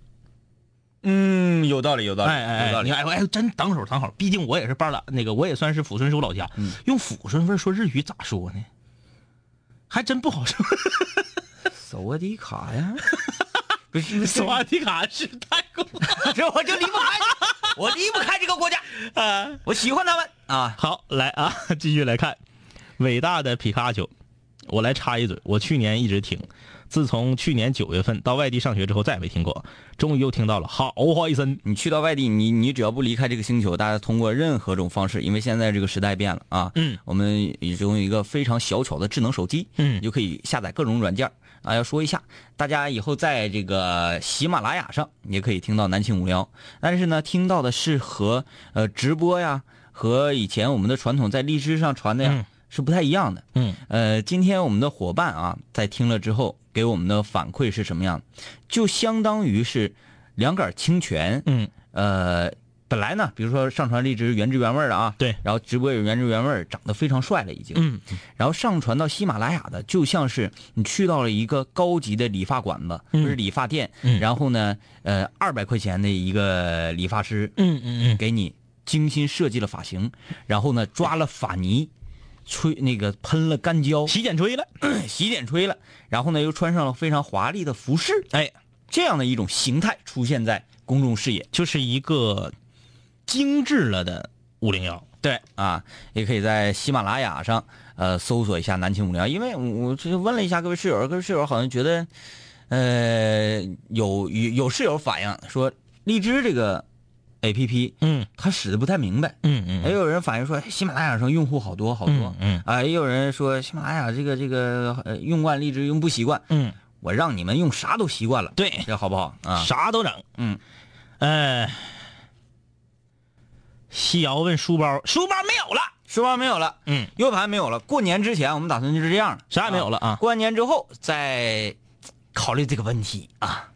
Speaker 2: 嗯，有道理，有道理，
Speaker 3: 哎哎
Speaker 2: 有道
Speaker 3: 哎，
Speaker 2: 理
Speaker 3: 你。看哎哎，真等会儿等会儿，毕竟我也是半拉那个，我也算是抚顺是我老家，用抚顺味儿说日语咋说呢？还真不好说。
Speaker 2: 萨瓦迪卡 *laughs* 呀，不是
Speaker 3: 斯瓦蒂卡是泰国，
Speaker 2: 这我就离不开，我离不开这个国家，我喜欢他们啊。
Speaker 3: *laughs* 好，来啊，继续来看，伟大的皮卡丘，我来插一嘴，我去年一直听，自从去年九月份到外地上学之后，再也没听过，终于又听到了，好坏森，
Speaker 2: 你去到外地，你你只要不离开这个星球，大家通过任何种方式，因为现在这个时代变了啊，
Speaker 3: 嗯，
Speaker 2: 我们也拥有一个非常小巧的智能手机，
Speaker 3: 嗯
Speaker 2: 你就可以下载各种软件儿啊。要说一下，大家以后在这个喜马拉雅上也可以听到南青无聊，但是呢，听到的是和呃直播呀和以前我们的传统在荔枝上传的呀、
Speaker 3: 嗯
Speaker 2: 是不太一样的。
Speaker 3: 嗯，
Speaker 2: 呃，今天我们的伙伴啊，在听了之后给我们的反馈是什么样的？就相当于是两杆清泉。
Speaker 3: 嗯，
Speaker 2: 呃，本来呢，比如说上传荔枝原汁原味儿的啊，
Speaker 3: 对
Speaker 2: 然后直播也原汁原味儿，长得非常帅了已经。
Speaker 3: 嗯，
Speaker 2: 然后上传到喜马拉雅的，就像是你去到了一个高级的理发馆子，不是理发店，
Speaker 3: 嗯
Speaker 2: 然后呢，呃，二百块钱的一个理发师，
Speaker 3: 嗯嗯
Speaker 2: 给你精心设计了发型，然后呢抓了发泥，吹那个喷了干胶
Speaker 3: 嗯，，洗剪吹了，
Speaker 2: 洗剪吹了，然后呢又穿上了非常华丽的服饰，
Speaker 3: 哎，
Speaker 2: 这样的一种形态出现在公众视野
Speaker 3: 就是一个精致了的五零幺，对，
Speaker 2: 啊，也可以在喜马拉雅上呃搜索一下“南青无聊”，因为我我这问了一下各位室友，各位室友好像觉得，呃，有有有室友反映说荔枝这个 A P P
Speaker 3: 嗯
Speaker 2: 它使的不太明白。
Speaker 3: 嗯嗯
Speaker 2: 也有人反映说，哎喜马拉雅上用户好多好多，
Speaker 3: 嗯嗯
Speaker 2: 啊，也有人说喜马拉雅这个这个呃用惯荔枝用不习惯，
Speaker 3: 嗯，
Speaker 2: 我让你们用啥都习惯了，
Speaker 3: 对，
Speaker 2: 这好不好啊？
Speaker 3: 啥都整，
Speaker 2: 嗯，
Speaker 3: 哎，西瑶问书包，书包没有了，
Speaker 2: 书包没有了，
Speaker 3: 嗯，
Speaker 2: U 盘没有了。过年之前我们打算就是这样了，
Speaker 3: 啥也没有了啊
Speaker 2: 过完年之后再考虑这个问题啊。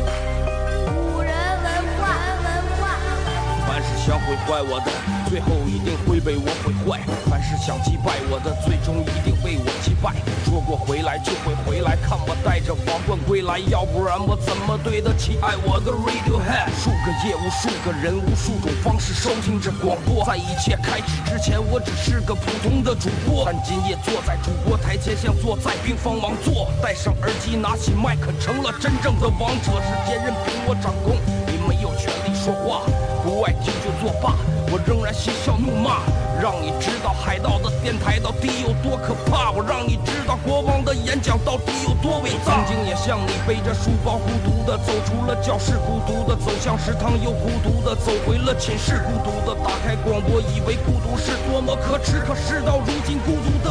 Speaker 5: 古人文化，文化。
Speaker 6: 凡是想毁坏我的，最后一定会被我毁坏；凡是想击败我的，最终一定被我击败。说过回来就会回来，看我带着皇冠归来，要不然我怎么对得起爱我的 Radiohead？数个夜，无数个人，无数种方式收听着广播。在一切开始之前，我只是个普通的主播，但今夜坐在主播台前，像坐在冰封王座。戴上耳机，拿起麦克，成了真正的王者。世界任凭我掌控，你没有权利说话。不爱听就作罢，我仍然嬉笑怒骂，让你知道海盗的电台到底有多可怕，我让你知道国王的演讲到底有多伟大。曾经也像你背着书包孤独的走出了教室，孤独的走向食堂，又孤独的走回了寝室，孤独的打开广播，以为孤独是多么可耻，可事到如今，孤独的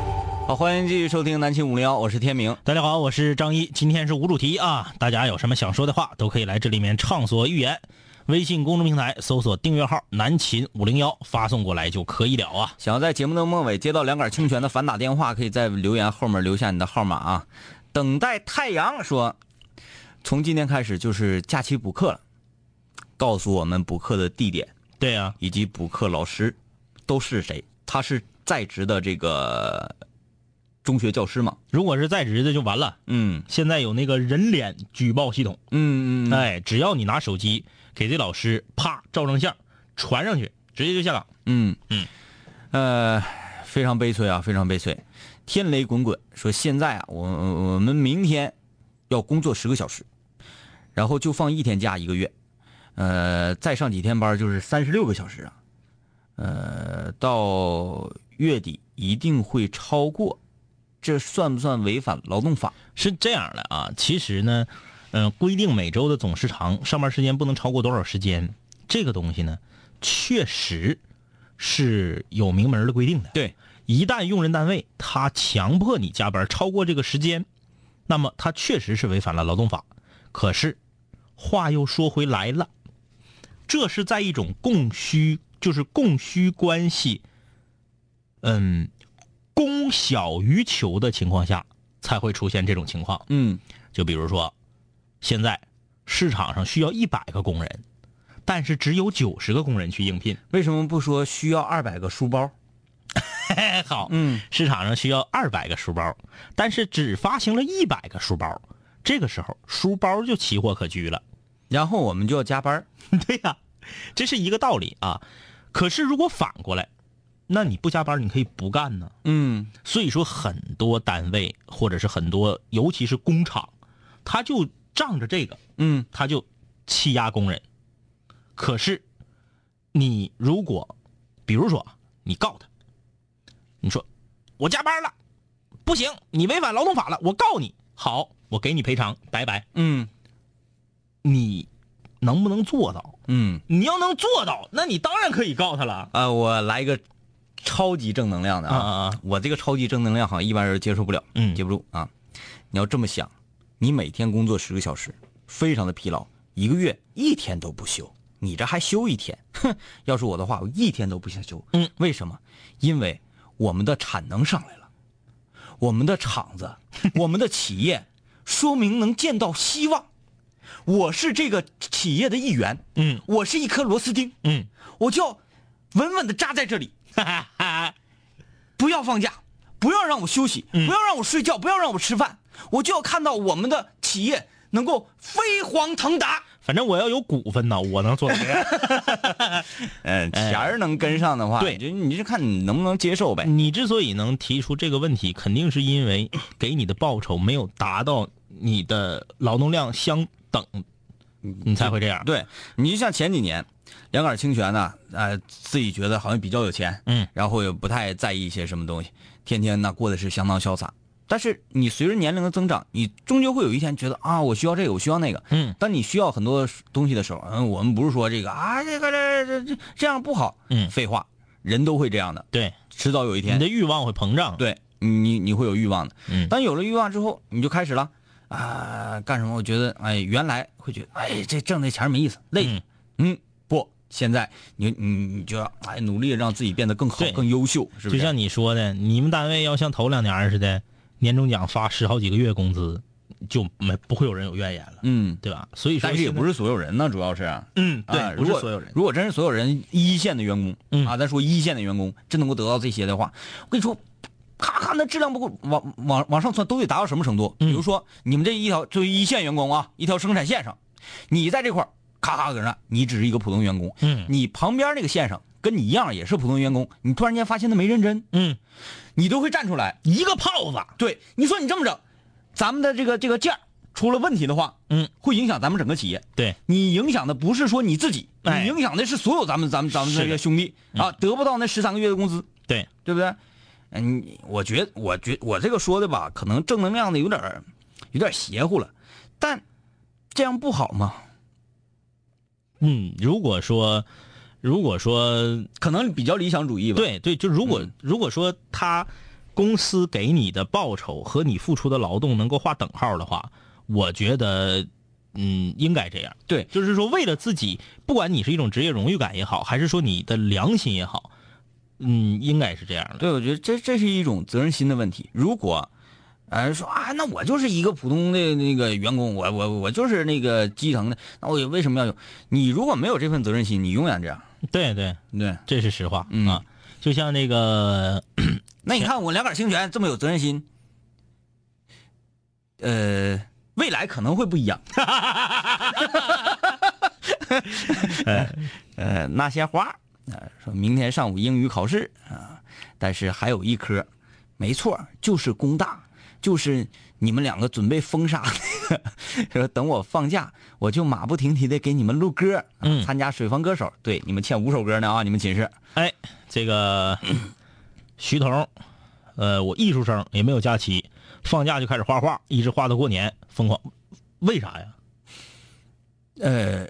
Speaker 2: 好，欢迎继续收听南秦五零幺，我是天明。
Speaker 3: 大家好，我是张一，今天是无主题啊，大家有什么想说的话都可以来这里面畅所欲言。微信公众平台搜索订阅号“南秦五零幺”，发送过来就可以了啊。
Speaker 2: 想要在节目的末尾接到两杆清泉的反打电话，可以在留言后面留下你的号码啊。等待太阳说，从今天开始就是假期补课了，告诉我们补课的地点
Speaker 3: 对啊呀、
Speaker 2: 以及补课老师都是谁。他是在职的这个中学教师嘛？
Speaker 3: 如果是在职的就完了。
Speaker 2: 嗯
Speaker 3: 现在有那个人脸举报系统，
Speaker 2: 嗯嗯
Speaker 3: 哎，只要你拿手机给这老师啪照张相，传上去，直接就下岗。
Speaker 2: 嗯
Speaker 3: 嗯
Speaker 2: 呃，非常悲催啊，非常悲催。天雷滚滚说：“现在啊，我我们明天要工作十个小时，然后就放一天假一个月，呃，再上几天班就是三十六个小时啊，呃，到月底一定会超过，这算不算违反劳动法？
Speaker 3: 是这样的啊，其实呢，嗯、规定每周的总时长，上班时间不能超过多少时间，这个东西呢，确实是有明文的规定的。
Speaker 2: 对，
Speaker 3: 一旦用人单位他强迫你加班超过这个时间，那么他确实是违反了劳动法。可是，话又说回来了，这是在一种供需，就是供需关系，嗯，供小于求的情况下才会出现这种情况。
Speaker 2: 嗯
Speaker 3: 就比如说，现在市场上需要一百个工人，但是只有九十个工人去应聘。
Speaker 2: 为什么不说需要二百个书包？
Speaker 3: 哎，好，
Speaker 2: 嗯，
Speaker 3: 市场上需要二百个书包，但是只发行了一百个书包，这个时候书包就奇货可居了。 *laughs*
Speaker 2: 然后我们就要加班。
Speaker 3: 对呀、这是一个道理啊。可是如果反过来，那你不加班，你可以不干呢。
Speaker 2: 嗯
Speaker 3: 所以说，很多单位或者是很多，尤其是工厂，他就仗着这个，
Speaker 2: 嗯
Speaker 3: 他就欺压工人。可是，你如果，比如说你告他，你说我加班了，不行，你违反劳动法了，我告你，好，我给你赔偿，拜拜。
Speaker 2: 嗯
Speaker 3: 你能不能做到？
Speaker 2: 嗯。
Speaker 3: 你要能做到，那你当然可以告他了。
Speaker 2: 啊，我来一个超级正能量的
Speaker 3: 啊啊
Speaker 2: 啊
Speaker 3: 啊！
Speaker 2: 我这个超级正能量好像一般人接受不了，
Speaker 3: 嗯
Speaker 2: 接不住啊。你要这么想，你每天工作十个小时，非常的疲劳，一个月一天都不休，你这还休一天？ *laughs* 哼，要是我的话，我一天都不想休。
Speaker 3: 嗯，
Speaker 2: 为什么？因为我们的产能上来了，我们的厂
Speaker 3: *laughs*
Speaker 2: 子，我们的企业，说明能见到希望。我是这个企业的一员，
Speaker 3: 嗯，
Speaker 2: 我是一颗螺丝钉，
Speaker 3: 嗯，
Speaker 2: 我就要稳稳的扎在这里，不要放假，不要让我休息，不要让我睡觉，不要让我吃饭，我就要看到我们的企业能够飞黄腾达。
Speaker 3: 反正我要有股份呢，我能做到这样。
Speaker 2: 嗯，钱儿能跟上的话，
Speaker 3: 哎对嗯
Speaker 2: 就你就看你能不能接受呗。
Speaker 3: 你之所以能提出这个问题，肯定是因为给你的报酬没有达到你的劳动量相等，你才会这样。
Speaker 2: 嗯对你就像前几年，两杆儿清泉呢，呃，自己觉得好像比较有钱，
Speaker 3: 嗯，
Speaker 2: 然后也不太在意一些什么东西，天天那过得是相当潇洒。但是你随着年龄的增长，你终究会有一天觉得啊，我需要这个，我需要那个。
Speaker 3: 嗯，
Speaker 2: 当你需要很多东西的时候，嗯，我们不是说这个啊，这个这这这这样不好，
Speaker 3: 嗯
Speaker 2: 废话，人都会这样的，
Speaker 3: 对，
Speaker 2: 迟早有一天
Speaker 3: 你的欲望会膨胀。，
Speaker 2: 对你，你会有欲望的。
Speaker 3: 嗯
Speaker 2: 当有了欲望之后，你就开始了啊、干什么？我觉得，哎，原来会觉得，哎，这挣这钱没意思，累。
Speaker 3: 嗯
Speaker 2: 嗯不，现在你你你就要哎努力地让自己变得更好
Speaker 3: 对、
Speaker 2: 更优秀，是不？
Speaker 3: 就是像你说的，你们单位要像头两年似的，年终奖发十好几个月工资，就没不会有人有怨言了，
Speaker 2: 嗯，
Speaker 3: 对吧？所以说，
Speaker 2: 但是也不，是所有人呢，主要是。
Speaker 3: 嗯，对，
Speaker 2: 啊
Speaker 3: 不
Speaker 2: 如
Speaker 3: 是
Speaker 2: 果
Speaker 3: 所有人。
Speaker 2: 如果真是所有人一线的员工、
Speaker 3: 嗯
Speaker 2: 啊，咱说一线的员工真能够得到这些的话，我跟你说，咔咔那质量不够，往往往上窜都得达到什么程
Speaker 3: 嗯
Speaker 2: 度？比如说你们这一条作为一线员工啊，一条生产线上，你在这块儿咔咔搁那，你只是一个普通员工，
Speaker 3: 嗯
Speaker 2: 你旁边那个线上跟你一样也是普通员工，你突然间发现他没认真，
Speaker 3: 嗯，
Speaker 2: 你都会站出来。
Speaker 3: 一个炮子，
Speaker 2: 对，你说你这么整，咱们的这个这个件儿出了问题的话，
Speaker 3: 嗯，
Speaker 2: 会影响咱们整个企业。
Speaker 3: 对，
Speaker 2: 你影响的不是说你自己，
Speaker 3: 哎
Speaker 2: 你影响的是所有咱们咱们咱们
Speaker 3: 是的
Speaker 2: 这个兄弟啊，得不到那十三个月的工资，
Speaker 3: 对，
Speaker 2: 对不对？嗯，我觉我觉我这个说的吧，可能正能量的有点儿有点儿邪乎了，但这样不好吗？
Speaker 3: 嗯，如果说，如果说，
Speaker 2: 可能比较理想主义吧。，嗯
Speaker 3: 对对，就如果、如果说他公司给你的报酬和你付出的劳动能够划等号的话，我觉得，嗯，应该这样。
Speaker 2: 对
Speaker 3: 就是说为了自己，不管你是一种职业荣誉感也好，还是说你的良心也好，嗯，应该是这样的。
Speaker 2: 对，我觉得这这是一种责任心的问题。如果，呃，说啊，那我就是一个普通的那个员工，我我我就是那个基层的，那我为什么要有？你如果没有这份责任心，你永远这样。
Speaker 3: 对对，
Speaker 2: 对，
Speaker 3: 这是实话、
Speaker 2: 嗯
Speaker 3: 啊。就像那个，
Speaker 2: 那你看我两杆清泉这么有责任心，呃，未来可能会不一样。 *laughs* 呃，那些花儿，呃，说明天上午英语考试啊、但是还有一科，没错，就是工大，就是你们两个准备封杀那个，说等我放假，我就马不停蹄的给你们录歌，啊
Speaker 3: 嗯
Speaker 2: 参加水房歌手，对，你们欠五首歌呢啊，你们寝室，
Speaker 3: 哎，
Speaker 2: *clears throat*
Speaker 3: 这个徐彤，呃，我艺术生也没有假期，放假就开始画画，一直画到过年，疯狂。为啥呀？
Speaker 2: 呃，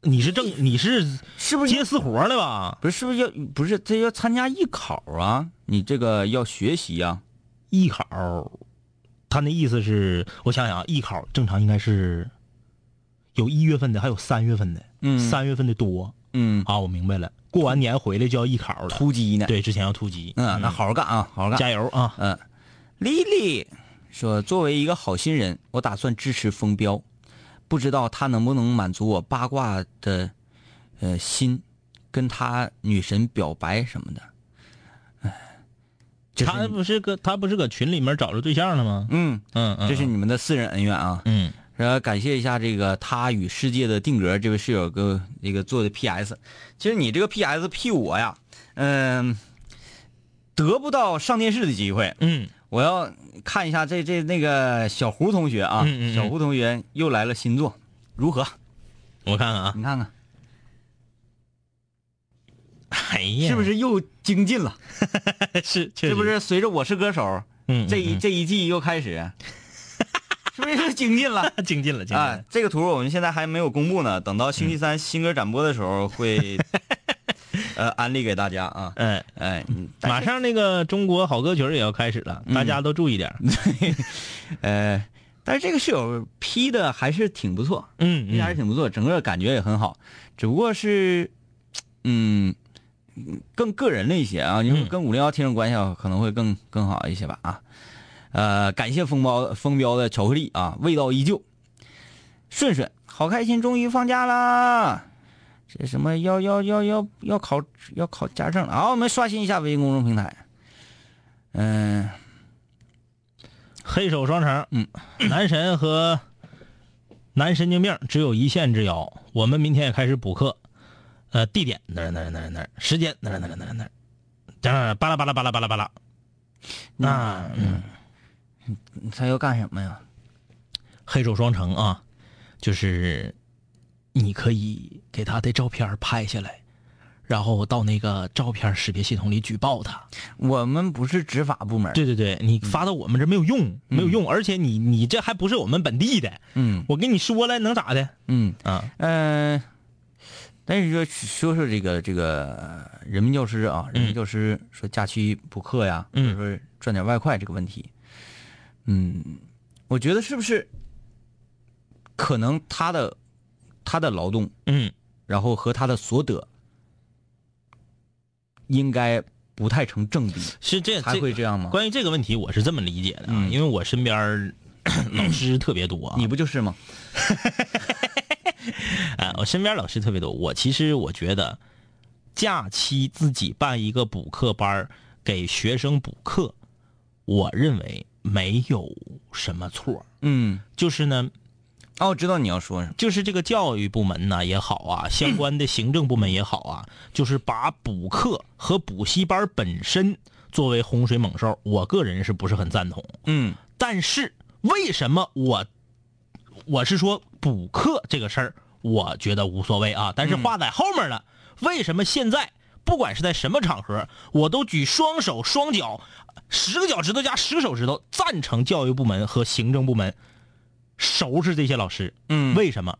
Speaker 3: 你是正你是
Speaker 2: 是不是
Speaker 3: 接私活儿的吧？
Speaker 2: 不是，是不是要不是这要参加艺考啊？你这个要学习啊？
Speaker 3: 艺考，他那意思是，我想想啊，艺考正常应该是有一月份的，还有三月份的，
Speaker 2: 嗯
Speaker 3: 三月份的多
Speaker 2: 嗯，
Speaker 3: 啊，我明白了。过完年回来就要艺考了，
Speaker 2: 突击呢？，
Speaker 3: 对，之前要突击，
Speaker 2: 嗯，那好好干啊，好好干。
Speaker 3: 加油啊！
Speaker 2: 嗯，丽丽说，作为一个好心人，我打算支持风标，不知道他能不能满足我八卦的呃心，跟他女神表白什么的。哎，这是
Speaker 3: 他
Speaker 2: 你
Speaker 3: 不是搁他不是搁群里面找着对象了吗？
Speaker 2: 嗯，
Speaker 3: 嗯嗯，
Speaker 2: 这是你们的私人恩怨啊。
Speaker 3: 嗯
Speaker 2: 然后感谢一下这个他与世界的定格这位室友给我那个做的 PS。其实你这个 PS 屁我呀，嗯、得不到上电视的机会。
Speaker 3: 嗯
Speaker 2: 我要看一下这这那个小胡同学啊，
Speaker 3: 嗯嗯嗯
Speaker 2: 小胡同学又来了新作，如何？
Speaker 3: 我看看啊，
Speaker 2: 你看看
Speaker 3: 哎呀，
Speaker 2: 是不是又精进了？
Speaker 3: 是确实
Speaker 2: 是不是随着《我是歌手》
Speaker 3: 嗯
Speaker 2: 这一这一季又开始，是不是又精进了？
Speaker 3: 嗯精进了精进
Speaker 2: 啊
Speaker 3: 了？，
Speaker 2: 这个图我们现在还没有公布呢，等到星期三新歌展播的时候会，呃，安利给大家啊。
Speaker 3: 嗯，
Speaker 2: 哎，嗯
Speaker 3: 马上那个中国好歌曲儿也要开始了，大家都注意点儿。
Speaker 2: *laughs* 呃，但是这个室友 P 的还是挺不错，
Speaker 3: 嗯
Speaker 2: P 的还是挺不错，整个感觉也很好，只不过是，嗯，更个人了一些啊。你说
Speaker 3: 嗯
Speaker 2: 跟五零幺贴上关系啊，可能会更更好一些吧啊。呃，感谢风包风标的巧克力啊，味道依旧。顺顺，好开心，终于放假啦！这什么要要要要要考要考驾证了啊！我们刷新一下微信公众平台。嗯、
Speaker 3: 黑手双城，
Speaker 2: 嗯，
Speaker 3: 男神和男神经病只有一线之遥。我们明天也开始补课，呃，地点哪儿哪儿哪儿哪儿，时间哪儿哪儿哪儿哪儿哪儿，巴拉巴拉巴拉巴拉巴拉。那、嗯、
Speaker 2: 嗯他要干什么呀？
Speaker 3: 黑手双城啊，就是你可以给他的照片拍下来，然后到那个照片识别系统里举报他。嗯
Speaker 2: 我们不是执法部门，
Speaker 3: 对对对，你发到我们这没有用，没有用，而且你你这还不是我们本地的，
Speaker 2: 嗯
Speaker 3: 我跟你说了能咋的
Speaker 2: 嗯
Speaker 3: 啊？
Speaker 2: 嗯、呃，但是说说说这个这个人民教师啊，人民教师说假期补课呀，
Speaker 3: 嗯
Speaker 2: 或者说赚点外快这个问题，嗯，我觉得是不是可能他的他的劳动，
Speaker 3: 嗯，
Speaker 2: 然后和他的所得应该不太成正比，
Speaker 3: 是呃这
Speaker 2: 还会这样吗？
Speaker 3: 啊关于这个问题，我是这么理解的啊，
Speaker 2: 嗯
Speaker 3: 因为我身边儿老师特别多啊， *coughs*
Speaker 2: 你不就是吗？
Speaker 3: 啊，我身边老师特别多。我其实我觉得，假期自己办一个补课班儿给学生补课，我认为没有什么错儿。
Speaker 2: 嗯，
Speaker 3: 就是呢，
Speaker 2: 哦，我知道你要说什么。
Speaker 3: 就是这个教育部门呐也好啊，相关的行政部门也好啊，就是把补课和补习班本身作为洪水猛兽，我个人是不是很赞同？
Speaker 2: 嗯
Speaker 3: 但是为什么我我是说补课这个事儿，我觉得无所谓啊。但是话在后面了，为什么现在不管是在什么场合，我都举双手双脚，十个脚趾头加十个手指头赞成教育部门和行政部门收拾这些老师？
Speaker 2: 嗯
Speaker 3: 为什么？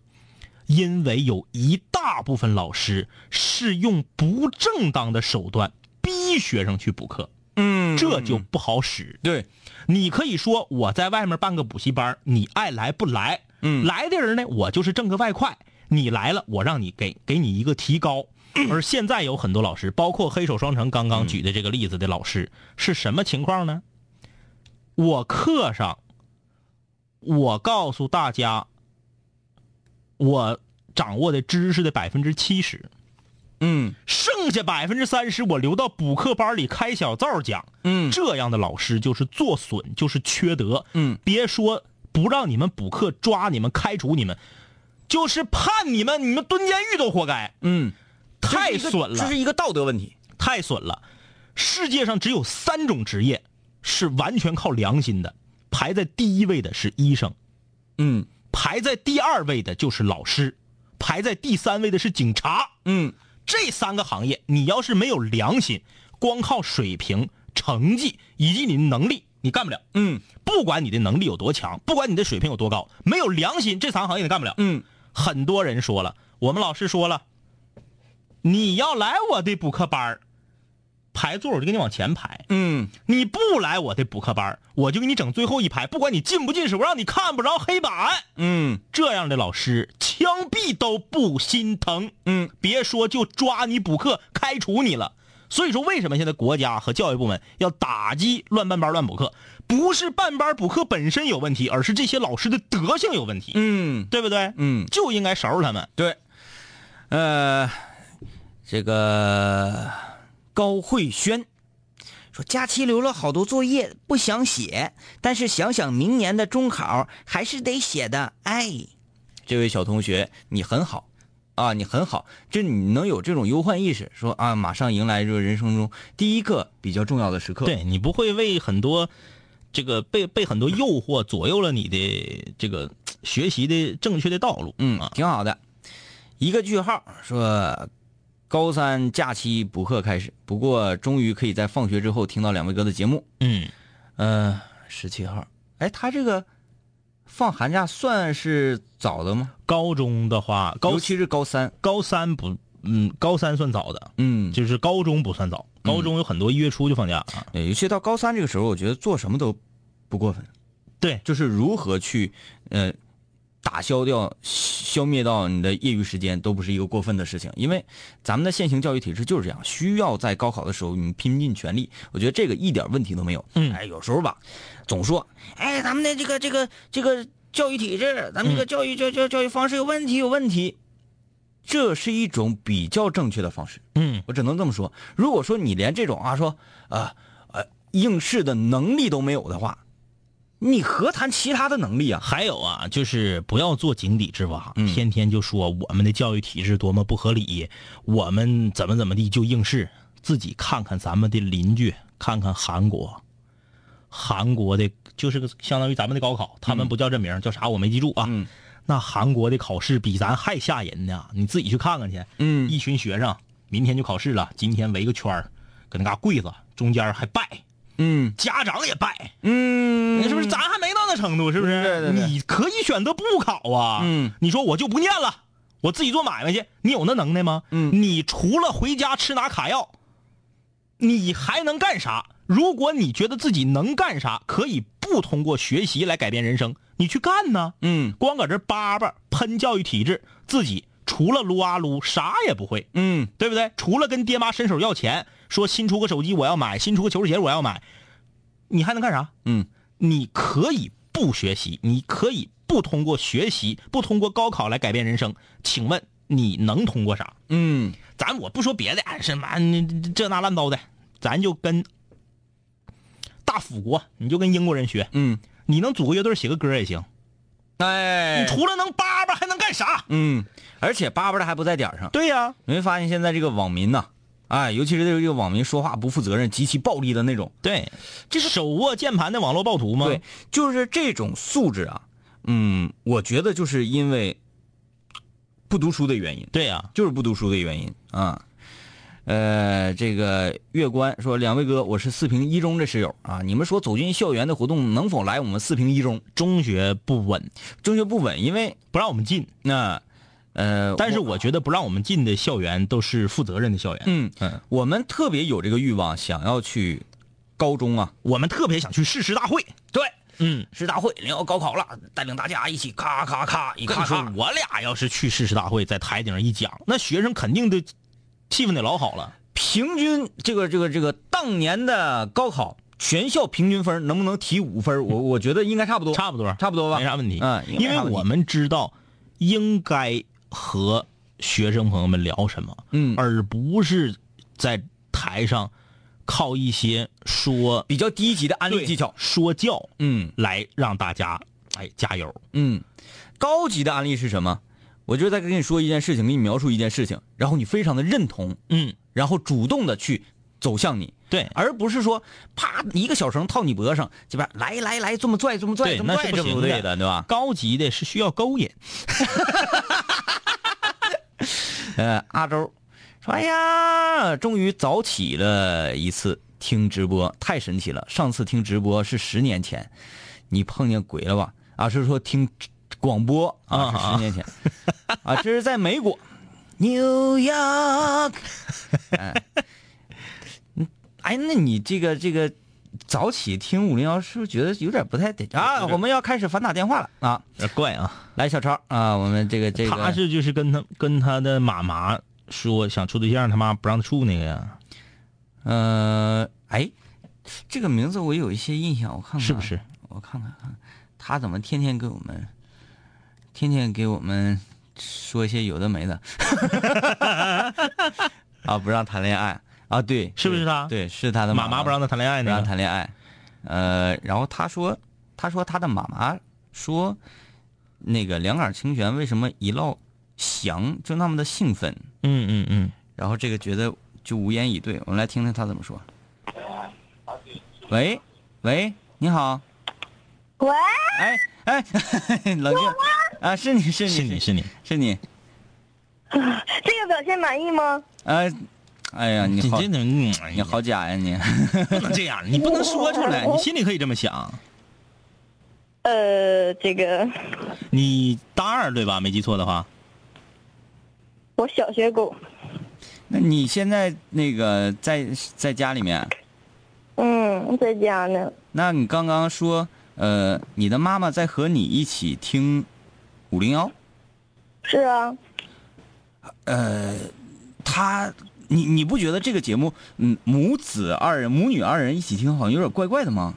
Speaker 3: 因为有一大部分老师是用不正当的手段逼学生去补课，
Speaker 2: 嗯，
Speaker 3: 这就不好使。
Speaker 2: 对，
Speaker 3: 你可以说我在外面办个补习班，你爱来不来？
Speaker 2: 嗯
Speaker 3: 来的人呢，我就是挣个外快。你来了，我让你给给你一个提高。而现在有很多老师，包括黑手双城刚刚举的这个例子的老师，是什么情况呢？我课上，我告诉大家，我掌握的知识的百分之七十，
Speaker 2: 嗯
Speaker 3: 剩下百分之三十我留到补课班里开小灶讲。
Speaker 2: 嗯
Speaker 3: 这样的老师就是作损，就是缺德。
Speaker 2: 嗯，
Speaker 3: 别说不让你们补课，抓你们、开除你们，就是判你们，你们蹲监狱都活该，
Speaker 2: 嗯，
Speaker 3: 太损
Speaker 2: 这
Speaker 3: 了
Speaker 2: 是，一个道德问题。
Speaker 3: 太损了。世界上只有三种职业是完全靠良心的，排在第一位的是医生，
Speaker 2: 嗯
Speaker 3: 排在第二位的就是老师，排在第三位的是警察。
Speaker 2: 嗯
Speaker 3: 这三个行业，你要是没有良心，光靠水平、成绩以及你的能力，你干不了。
Speaker 2: 嗯
Speaker 3: 不管你的能力有多强，不管你的水平有多高，没有良心，这三行业你干不了。
Speaker 2: 嗯
Speaker 3: 很多人说了，我们老师说了，你要来我的补课班儿排座我就给你往前排；
Speaker 2: 嗯
Speaker 3: 你不来我的补课班儿我就给你整最后一排，不管你进不进手，我让你看不着黑板。
Speaker 2: 嗯
Speaker 3: 这样的老师，枪毙都不心疼。
Speaker 2: 嗯，
Speaker 3: 别说就抓你补课、开除你了。所以说，为什么现在国家和教育部门要打击乱办班、乱补课？不是办班补课本身有问题，而是这些老师的德性有问题，
Speaker 2: 嗯，
Speaker 3: 对不对？
Speaker 2: 嗯
Speaker 3: 就应该收拾他们。
Speaker 2: 对，呃，这个高慧轩说，假期留了好多作业，不想写，但是想想明年的中考还是得写的。哎，这位小同学，你很好。啊，你很好，这你能有这种忧患意识，说啊，马上迎来就是人生中第一个比较重要的时刻。，
Speaker 3: 对你不会为很多这个被被很多诱惑左右了你的这个学习的正确的道路。
Speaker 2: 嗯
Speaker 3: 啊，，
Speaker 2: 挺好的。一个句号说，高三假期补课开始，不过终于可以在放学之后听到两位哥的节目。
Speaker 3: 嗯，
Speaker 2: 嗯，十七号，哎，他这个放寒假算是早的吗？
Speaker 3: 高中的话，高
Speaker 2: 尤其是高三，
Speaker 3: 高三不，嗯，高三算早的，
Speaker 2: 嗯，
Speaker 3: 就是高中不算早，高中有很多一月初就放假啊。
Speaker 2: 对尤其到高三这个时候，我觉得做什么都不过分，
Speaker 3: 对，
Speaker 2: 就是如何去呃打消掉、消灭到你的业余时间，都不是一个过分的事情。因为咱们的现行教育体制就是这样，需要在高考的时候你拼尽全力。我觉得这个一点问题都没有。
Speaker 3: 嗯
Speaker 2: 哎，有时候吧，总说哎咱们的这个这个这个教育体制，咱们这个教育教教教育方式有问题，有问题。这是一种比较正确的方式。
Speaker 3: 嗯
Speaker 2: 我只能这么说。如果说你连这种啊说呃呃应试的能力都没有的话，你何谈其他的能力啊？
Speaker 3: 还有啊，就是不要做井底之蛙，
Speaker 2: 嗯
Speaker 3: 天天就说我们的教育体制多么不合理，我们怎么怎么地就应试。自己看看咱们的邻居，看看韩国，韩国的就是个相当于咱们的高考，他们不叫这名儿，叫啥我没记住啊。
Speaker 2: 嗯
Speaker 3: 那韩国的考试比咱还吓人呢，你自己去看看去。
Speaker 2: 嗯
Speaker 3: 一群学生明天就考试了，今天围个圈儿，搁那嘎跪着，中间还拜，
Speaker 2: 嗯
Speaker 3: 家长也拜，
Speaker 2: 嗯
Speaker 3: 是不是？咱还没到那程度，是不是？
Speaker 2: 对对对
Speaker 3: 你可以选择不考啊。
Speaker 2: 嗯，
Speaker 3: 你说我就不念了，我自己做买卖去，你有那能耐吗？
Speaker 2: 嗯
Speaker 3: 你除了回家吃拿卡药，你还能干啥？如果你觉得自己能干啥，可以不通过学习来改变人生，你去干呢。
Speaker 2: 嗯
Speaker 3: 光搁这叭叭喷教育体制，自己除了撸啊撸啥也不会。
Speaker 2: 嗯
Speaker 3: 对不对？除了跟爹妈伸手要钱，说新出个手机我要买，新出个球鞋我要买，你还能干啥？
Speaker 2: 嗯，
Speaker 3: 你可以不学习，你可以不通过学习，不通过高考来改变人生。请问你能通过啥？
Speaker 2: 嗯
Speaker 3: 咱我不说别的，哎什么嗯这那乱糟的，咱就跟大辅国，你就跟英国人学，
Speaker 2: 嗯，
Speaker 3: 你能组个乐队写个歌也行。
Speaker 2: 哎
Speaker 3: 你，除了能叭叭还能干啥？
Speaker 2: 嗯，而且叭叭的还不在点儿上。
Speaker 3: 对呀、
Speaker 2: 你会发现现在这个网民呐、哎，尤其是这个网民说话不负责任、极其暴力的那种，
Speaker 3: 对，这是手握键盘的网络暴徒吗？
Speaker 2: 对，就是这种素质啊，嗯，我觉得就是因为不读书的原因，
Speaker 3: 对呀、啊
Speaker 2: 就是不读书的原因啊。呃，这个月关说，两位哥，我是四平一中的室友啊，你们说走进校园的活动能否来我们四平一中？
Speaker 3: 中学不稳，
Speaker 2: 中学不稳，因为
Speaker 3: 不让我们进。
Speaker 2: 那呃，
Speaker 3: 但是我觉得不让我们进的校园都是负责任的校园。
Speaker 2: 嗯我们特别有这个欲望，想要去高中啊，
Speaker 3: 我们特别想去誓师大会。
Speaker 2: 对，
Speaker 3: 嗯，
Speaker 2: 师大会，临要高考了，带领大家一起咔咔咔一
Speaker 3: 你看
Speaker 2: 咔
Speaker 3: 啊说
Speaker 2: 咔，，
Speaker 3: 我俩要是去誓师大会，在台顶上一讲，那学生肯定的气氛得老好了。
Speaker 2: 平均这个这个这个当年的高考全校平均分能不能提五分？
Speaker 3: *laughs*
Speaker 2: 我我觉得应该差不多，
Speaker 3: 差不多
Speaker 2: 差不多吧，
Speaker 3: 没啥问题。
Speaker 2: 嗯，应
Speaker 3: 因
Speaker 2: 该
Speaker 3: 为
Speaker 2: 差不多
Speaker 3: 我们知道应该和学生朋友们聊什么，
Speaker 2: 嗯
Speaker 3: 而不是在台上靠一些说
Speaker 2: 比较低级的安利技巧，
Speaker 3: 说教，
Speaker 2: 嗯
Speaker 3: 来让大家哎加油。
Speaker 2: 嗯，高级的安利是什么？我就在跟你说一件事情，给你描述一件事情，然后你非常的认同，
Speaker 3: 嗯，
Speaker 2: 然后主动的去走向你，
Speaker 3: 对。
Speaker 2: 而不是说啪一个小绳套你脖上，这边来来来这么拽这么拽
Speaker 3: 对
Speaker 2: 这么
Speaker 3: 那
Speaker 2: 拽，
Speaker 3: 是不
Speaker 2: 这
Speaker 3: 行
Speaker 2: 不
Speaker 3: 的
Speaker 2: 对的，对吧？
Speaker 3: 高级的是需要勾引，
Speaker 2: 呃，阿周说：“哎呀，终于早起了一次听直播，太神奇了！上次听直播是十年前，你碰见鬼了吧？啊，是说听广播啊，是十年前啊，这是在美国，New *laughs* York。哎嗯哎，那你这个这个早起听五零幺，是不是觉得有点不太得劲啊？我们要开始反打电话了啊！
Speaker 3: 有点怪啊。
Speaker 2: 来，小超啊，我们这个这个
Speaker 3: 他是就是跟他跟他的妈妈说想处对象，他妈不让他处那个呀，
Speaker 2: 呃，哎，这个名字我有一些印象，我看看啊
Speaker 3: 是不是？
Speaker 2: 我看看看，他怎么天天给我们，天天给我们说一些有的没
Speaker 3: *laughs*
Speaker 2: 的， *laughs* 啊，不让谈恋爱啊，对，
Speaker 3: 是不是他
Speaker 2: 对，是他的
Speaker 3: 妈
Speaker 2: 妈
Speaker 3: 妈不让他谈恋爱
Speaker 2: 不让
Speaker 3: 呢。
Speaker 2: 谈恋爱，呃，然后他说，他说他的妈妈说，那个两杆清泉为什么一唠翔就那么的兴奋？
Speaker 3: 嗯嗯嗯，
Speaker 2: 然后这个觉得就无言以对。我们来听听他怎么说。喂，喂，你好，
Speaker 5: 喂，
Speaker 2: 哎哎， *laughs* 冷静啊，是你是你
Speaker 3: 是你是你，
Speaker 2: 是你，
Speaker 5: 这个表现满意吗？
Speaker 2: 呃，哎呀，你
Speaker 3: 你
Speaker 2: 好
Speaker 3: 这，怎么哎呀
Speaker 2: 你好假呀你， *laughs*
Speaker 3: 不能这样，你不能说出来，你心里可以这么想。
Speaker 5: 呃，这个
Speaker 3: 你大二对吧？没记错的话，
Speaker 5: 我小学狗，
Speaker 2: 那你现在那个在在家里面，
Speaker 5: 嗯，在家呢。
Speaker 2: 那你刚刚说，呃，你的妈妈在和你一起听五零幺，
Speaker 5: 是啊，
Speaker 2: 她。你你不觉得这个节目，嗯，母子二人、母女二人一起听，好像有点怪怪的吗？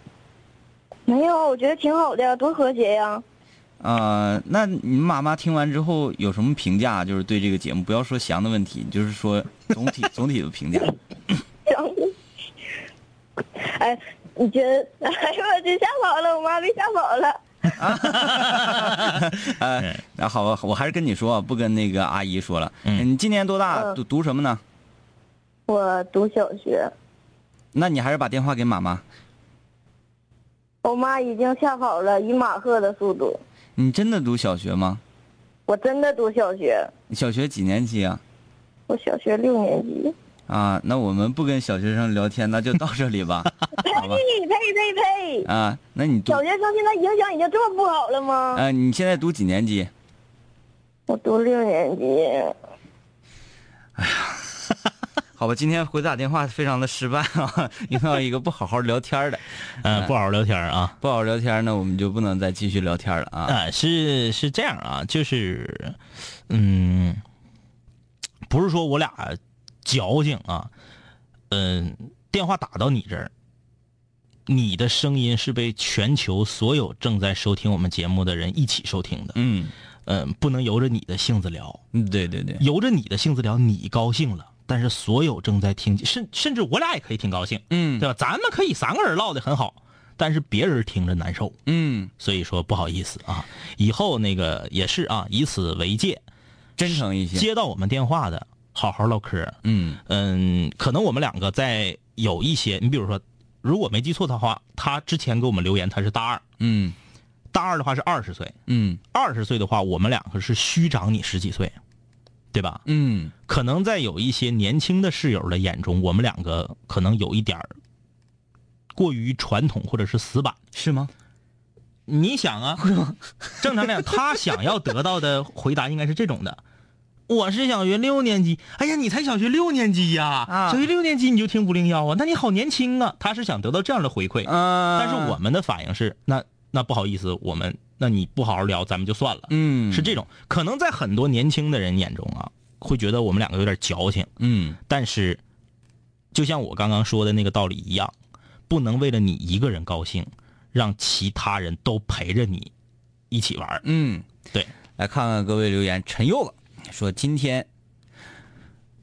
Speaker 5: 没有，我觉得挺好的呀，多和谐呀。 *laughs*
Speaker 2: 呃，那你妈妈听完之后有什么评价？就是对这个节目，不要说详的问题，就是说总体总体的评价。 *laughs*
Speaker 5: 哎，你觉得？哎呦，我真吓跑了，我妈被吓跑了。
Speaker 2: 呃，那好吧，我还是跟你说，啊不跟那个阿姨说了。
Speaker 3: 嗯
Speaker 2: 你今年多大？
Speaker 5: 嗯
Speaker 2: 读读什么呢？
Speaker 5: 我读小学，
Speaker 2: 那你还是把电话给妈妈。
Speaker 5: 我妈已经吓跑了，以马赫的速度。
Speaker 2: 你真的读小学吗？
Speaker 5: 我真的读小学，
Speaker 2: 你小学几年级啊？
Speaker 5: 我小学六年级。
Speaker 2: 啊，那我们不跟小学生聊天，那就到这里吧，好吧？
Speaker 5: 呸呸呸呸！
Speaker 2: 啊，那你读
Speaker 5: 小学生现在影响已经这么不好了吗？
Speaker 2: 啊，你现在读几年级？
Speaker 5: 我读六年级，
Speaker 2: 好吧，今天回打电话非常的失败啊， *laughs* 遇到一个不好好聊天的，
Speaker 3: 嗯，不好好聊天啊。
Speaker 2: 不好好聊天呢，我们就不能再继续聊天了啊。
Speaker 3: 啊，是是这样啊，就是，嗯，不是说我俩矫情啊，嗯，电话打到你这儿，你的声音是被全球所有正在收听我们节目的人一起收听的，
Speaker 2: 嗯，
Speaker 3: 嗯，不能由着你的性子聊，
Speaker 2: 嗯对对对，
Speaker 3: 由着你的性子聊，你高兴了，但是所有正在听，甚甚至我俩也可以挺高兴，
Speaker 2: 嗯
Speaker 3: 对吧？咱们可以三个人唠的很好，但是别人听着难受。
Speaker 2: 嗯，
Speaker 3: 所以说不好意思啊，以后那个也是啊，以此为戒，
Speaker 2: 真诚一些，
Speaker 3: 接到我们电话的好好唠嗑。
Speaker 2: 嗯
Speaker 3: 嗯，可能我们两个在有一些，你比如说，如果没记错的话，他之前给我们留言，他是大二，
Speaker 2: 嗯
Speaker 3: 大二的话是二十岁，
Speaker 2: 嗯
Speaker 3: 二十岁的话，我们两个是虚长你十几岁，对吧？
Speaker 2: 嗯
Speaker 3: 可能在有一些年轻的室友的眼中，我们两个可能有一点儿过于传统或者是死板。
Speaker 2: 是吗？
Speaker 3: 你想
Speaker 2: *laughs*
Speaker 3: 啊，正常来讲，他想要得到的回答应该是这种的：我是小学六年级。哎呀，你才小学六年级呀、
Speaker 2: 啊
Speaker 3: 小学六年级你就听五零幺啊？那你好年轻啊！他是想得到这样的回馈，
Speaker 2: 啊，
Speaker 3: 但是我们的反应是：那那不好意思，我们那你不好好聊，咱们就算了。
Speaker 2: 嗯
Speaker 3: 是这种，可能在很多年轻的人眼中啊，会觉得我们两个有点矫情，
Speaker 2: 嗯
Speaker 3: 但是就像我刚刚说的那个道理一样，不能为了你一个人高兴，让其他人都陪着你一起玩儿。
Speaker 2: 嗯，
Speaker 3: 对，
Speaker 2: 来看看各位留言，陈柚子说今天。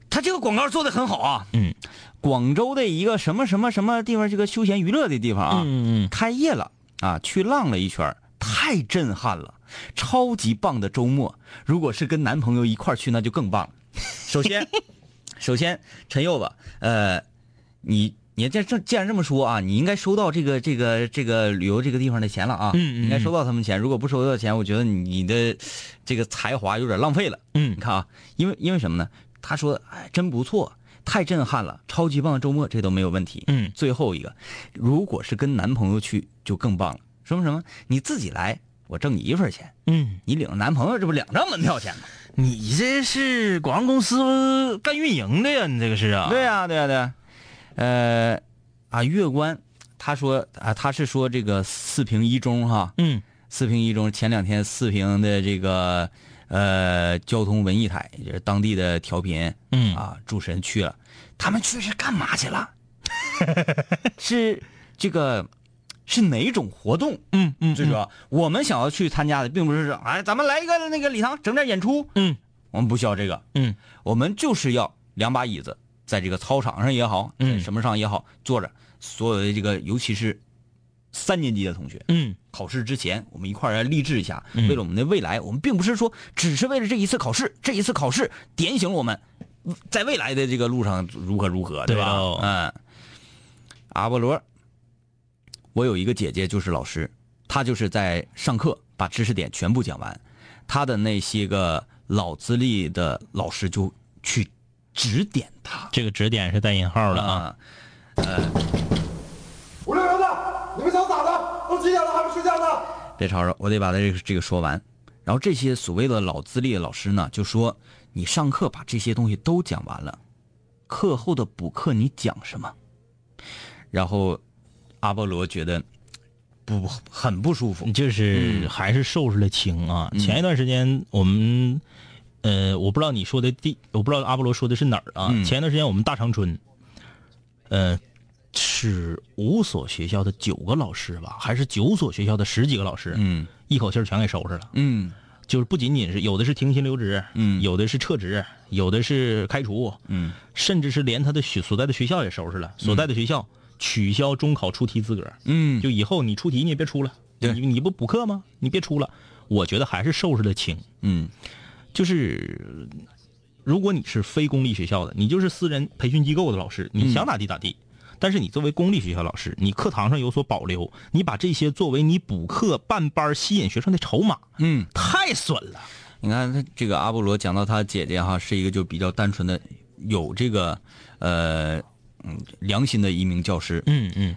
Speaker 2: 他这个广告做的很好啊，
Speaker 3: 嗯，
Speaker 2: 广州的一个什么什么什么地方，这个休闲娱乐的地方啊，
Speaker 3: 嗯嗯
Speaker 2: 开业了啊，去浪了一圈儿，太震撼了，超级棒的周末。如果是跟男朋友一块儿去，那就更棒了。首
Speaker 3: *laughs*
Speaker 2: 先，首先陈柚子，呃，你你这这既然这么说啊，你应该收到这个这个这个旅游这个地方的钱了啊，
Speaker 3: 嗯嗯嗯
Speaker 2: 应该收到他们钱。如果不收到钱，我觉得你的这个才华有点浪费了。
Speaker 3: 嗯
Speaker 2: 你看啊，因为因为什么呢？他说，哎，真不错，太震撼了，超级棒的周末，这都没有问题。
Speaker 3: 嗯
Speaker 2: 最后一个，如果是跟男朋友去就更棒了。什么什么，你自己来，我挣你一份钱，
Speaker 3: 嗯，
Speaker 2: 你领着男朋友，这不两张门票钱吗？
Speaker 3: 你这是广告公司干运营的呀？你这个是啊？
Speaker 2: 对呀、对呀、对、呀。呃，啊，月关，他说啊，他是说这个四平一中哈，
Speaker 3: 嗯
Speaker 2: 四平一中前两天四平的这个呃交通文艺台，也就是当地的调频，
Speaker 3: 嗯
Speaker 2: 啊，主持人去了，他们去是干嘛去了？ *laughs* 是这个是哪种活动？
Speaker 3: 嗯嗯，
Speaker 2: 最主要我们想要去参加的，并不是说哎，咱们来一个那个礼堂整点演出，
Speaker 3: 嗯
Speaker 2: 我们不需要这个，
Speaker 3: 嗯
Speaker 2: 我们就是要两把椅子，在这个操场上也好，
Speaker 3: 嗯
Speaker 2: 在什么上也好，坐着，所有的这个，尤其是三年级的同学，
Speaker 3: 嗯
Speaker 2: 考试之前，我们一块儿来励志一下，
Speaker 3: 嗯
Speaker 2: 为了我们的未来，我们并不是说只是为了这一次考试，这一次考试点醒了我们，在未来的这个路上如何如何，
Speaker 3: 对
Speaker 2: 吧
Speaker 3: 喽？
Speaker 2: 嗯，阿波罗，我有一个姐姐就是老师，她就是在上课把知识点全部讲完，她的那些个老资历的老师就去指点她
Speaker 3: 这个指点是带引号的啊。
Speaker 2: 啊，
Speaker 7: 五六零的，你们想咋的？都几点了还不睡觉呢？
Speaker 2: 别吵吵，我得把他这个这个说完。然后这些所谓的老资历的老师呢，就说你上课把这些东西都讲完了，课后的补课你讲什么？然后阿波罗觉得不很不嗯舒服。
Speaker 3: 就是还是收拾了轻啊。前一段时间我们，呃，我不知道你说的地，我不知道阿波罗说的是哪儿啊。
Speaker 2: 嗯
Speaker 3: 前一段时间我们大长春，呃，是五所学校的九个老师吧，还是九所学校的十几个老师，
Speaker 2: 嗯
Speaker 3: 一口气儿全给收拾了。
Speaker 2: 嗯
Speaker 3: 就是不仅仅是有的是停薪留职，
Speaker 2: 嗯
Speaker 3: 有的是撤职，有的是开除，
Speaker 2: 嗯，
Speaker 3: 甚至是连他的学所在的学校也收拾了，所在的学校取消中考出题资格。
Speaker 2: 嗯，
Speaker 3: 就以后你出题你也别出了，
Speaker 2: 对
Speaker 3: 你你不补课吗？你别出了。我觉得还是收拾的轻，
Speaker 2: 嗯
Speaker 3: 就是
Speaker 2: 嗯
Speaker 3: 如果你是非公立学校的，你就是私人培训机构的老师，你想咋地咋地。但是你作为公立学校老师，你课堂上有所保留，你把这些作为你补课办班吸引学生的筹码，
Speaker 2: 嗯，
Speaker 3: 太损了。
Speaker 2: 你看他这个阿波罗讲到他姐姐哈，是一个就比较单纯的有这个呃嗯良心的一名教师，
Speaker 3: 嗯嗯，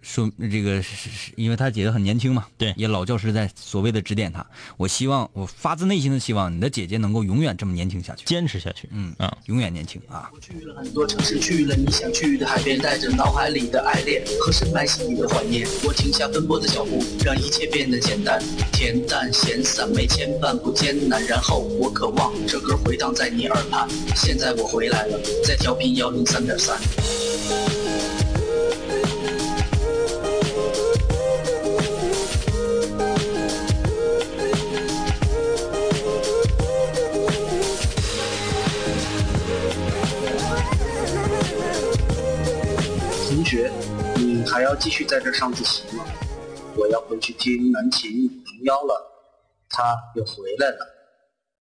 Speaker 2: 说这个是是因为他姐姐很年轻嘛，
Speaker 3: 对
Speaker 2: 也老教师在所谓的指点他。我希望我发自内心的希望你的姐姐能够永远这么年轻下去，
Speaker 3: 坚持下去。
Speaker 2: 嗯
Speaker 3: 啊，
Speaker 2: 永远年轻啊。
Speaker 6: 去了很多城市，去了你想去的海边，带着脑海里的爱恋和深埋心底的怀念。我停下奔波的脚步，让一切变得简单，恬淡闲散，没牵绊，不艰难。然后我渴望这歌回荡在你耳畔。现在我回来了，在调频幺零三点三。同学，你还要继续在这上自习吗？我要回去听南琴零幺了，他又回来了。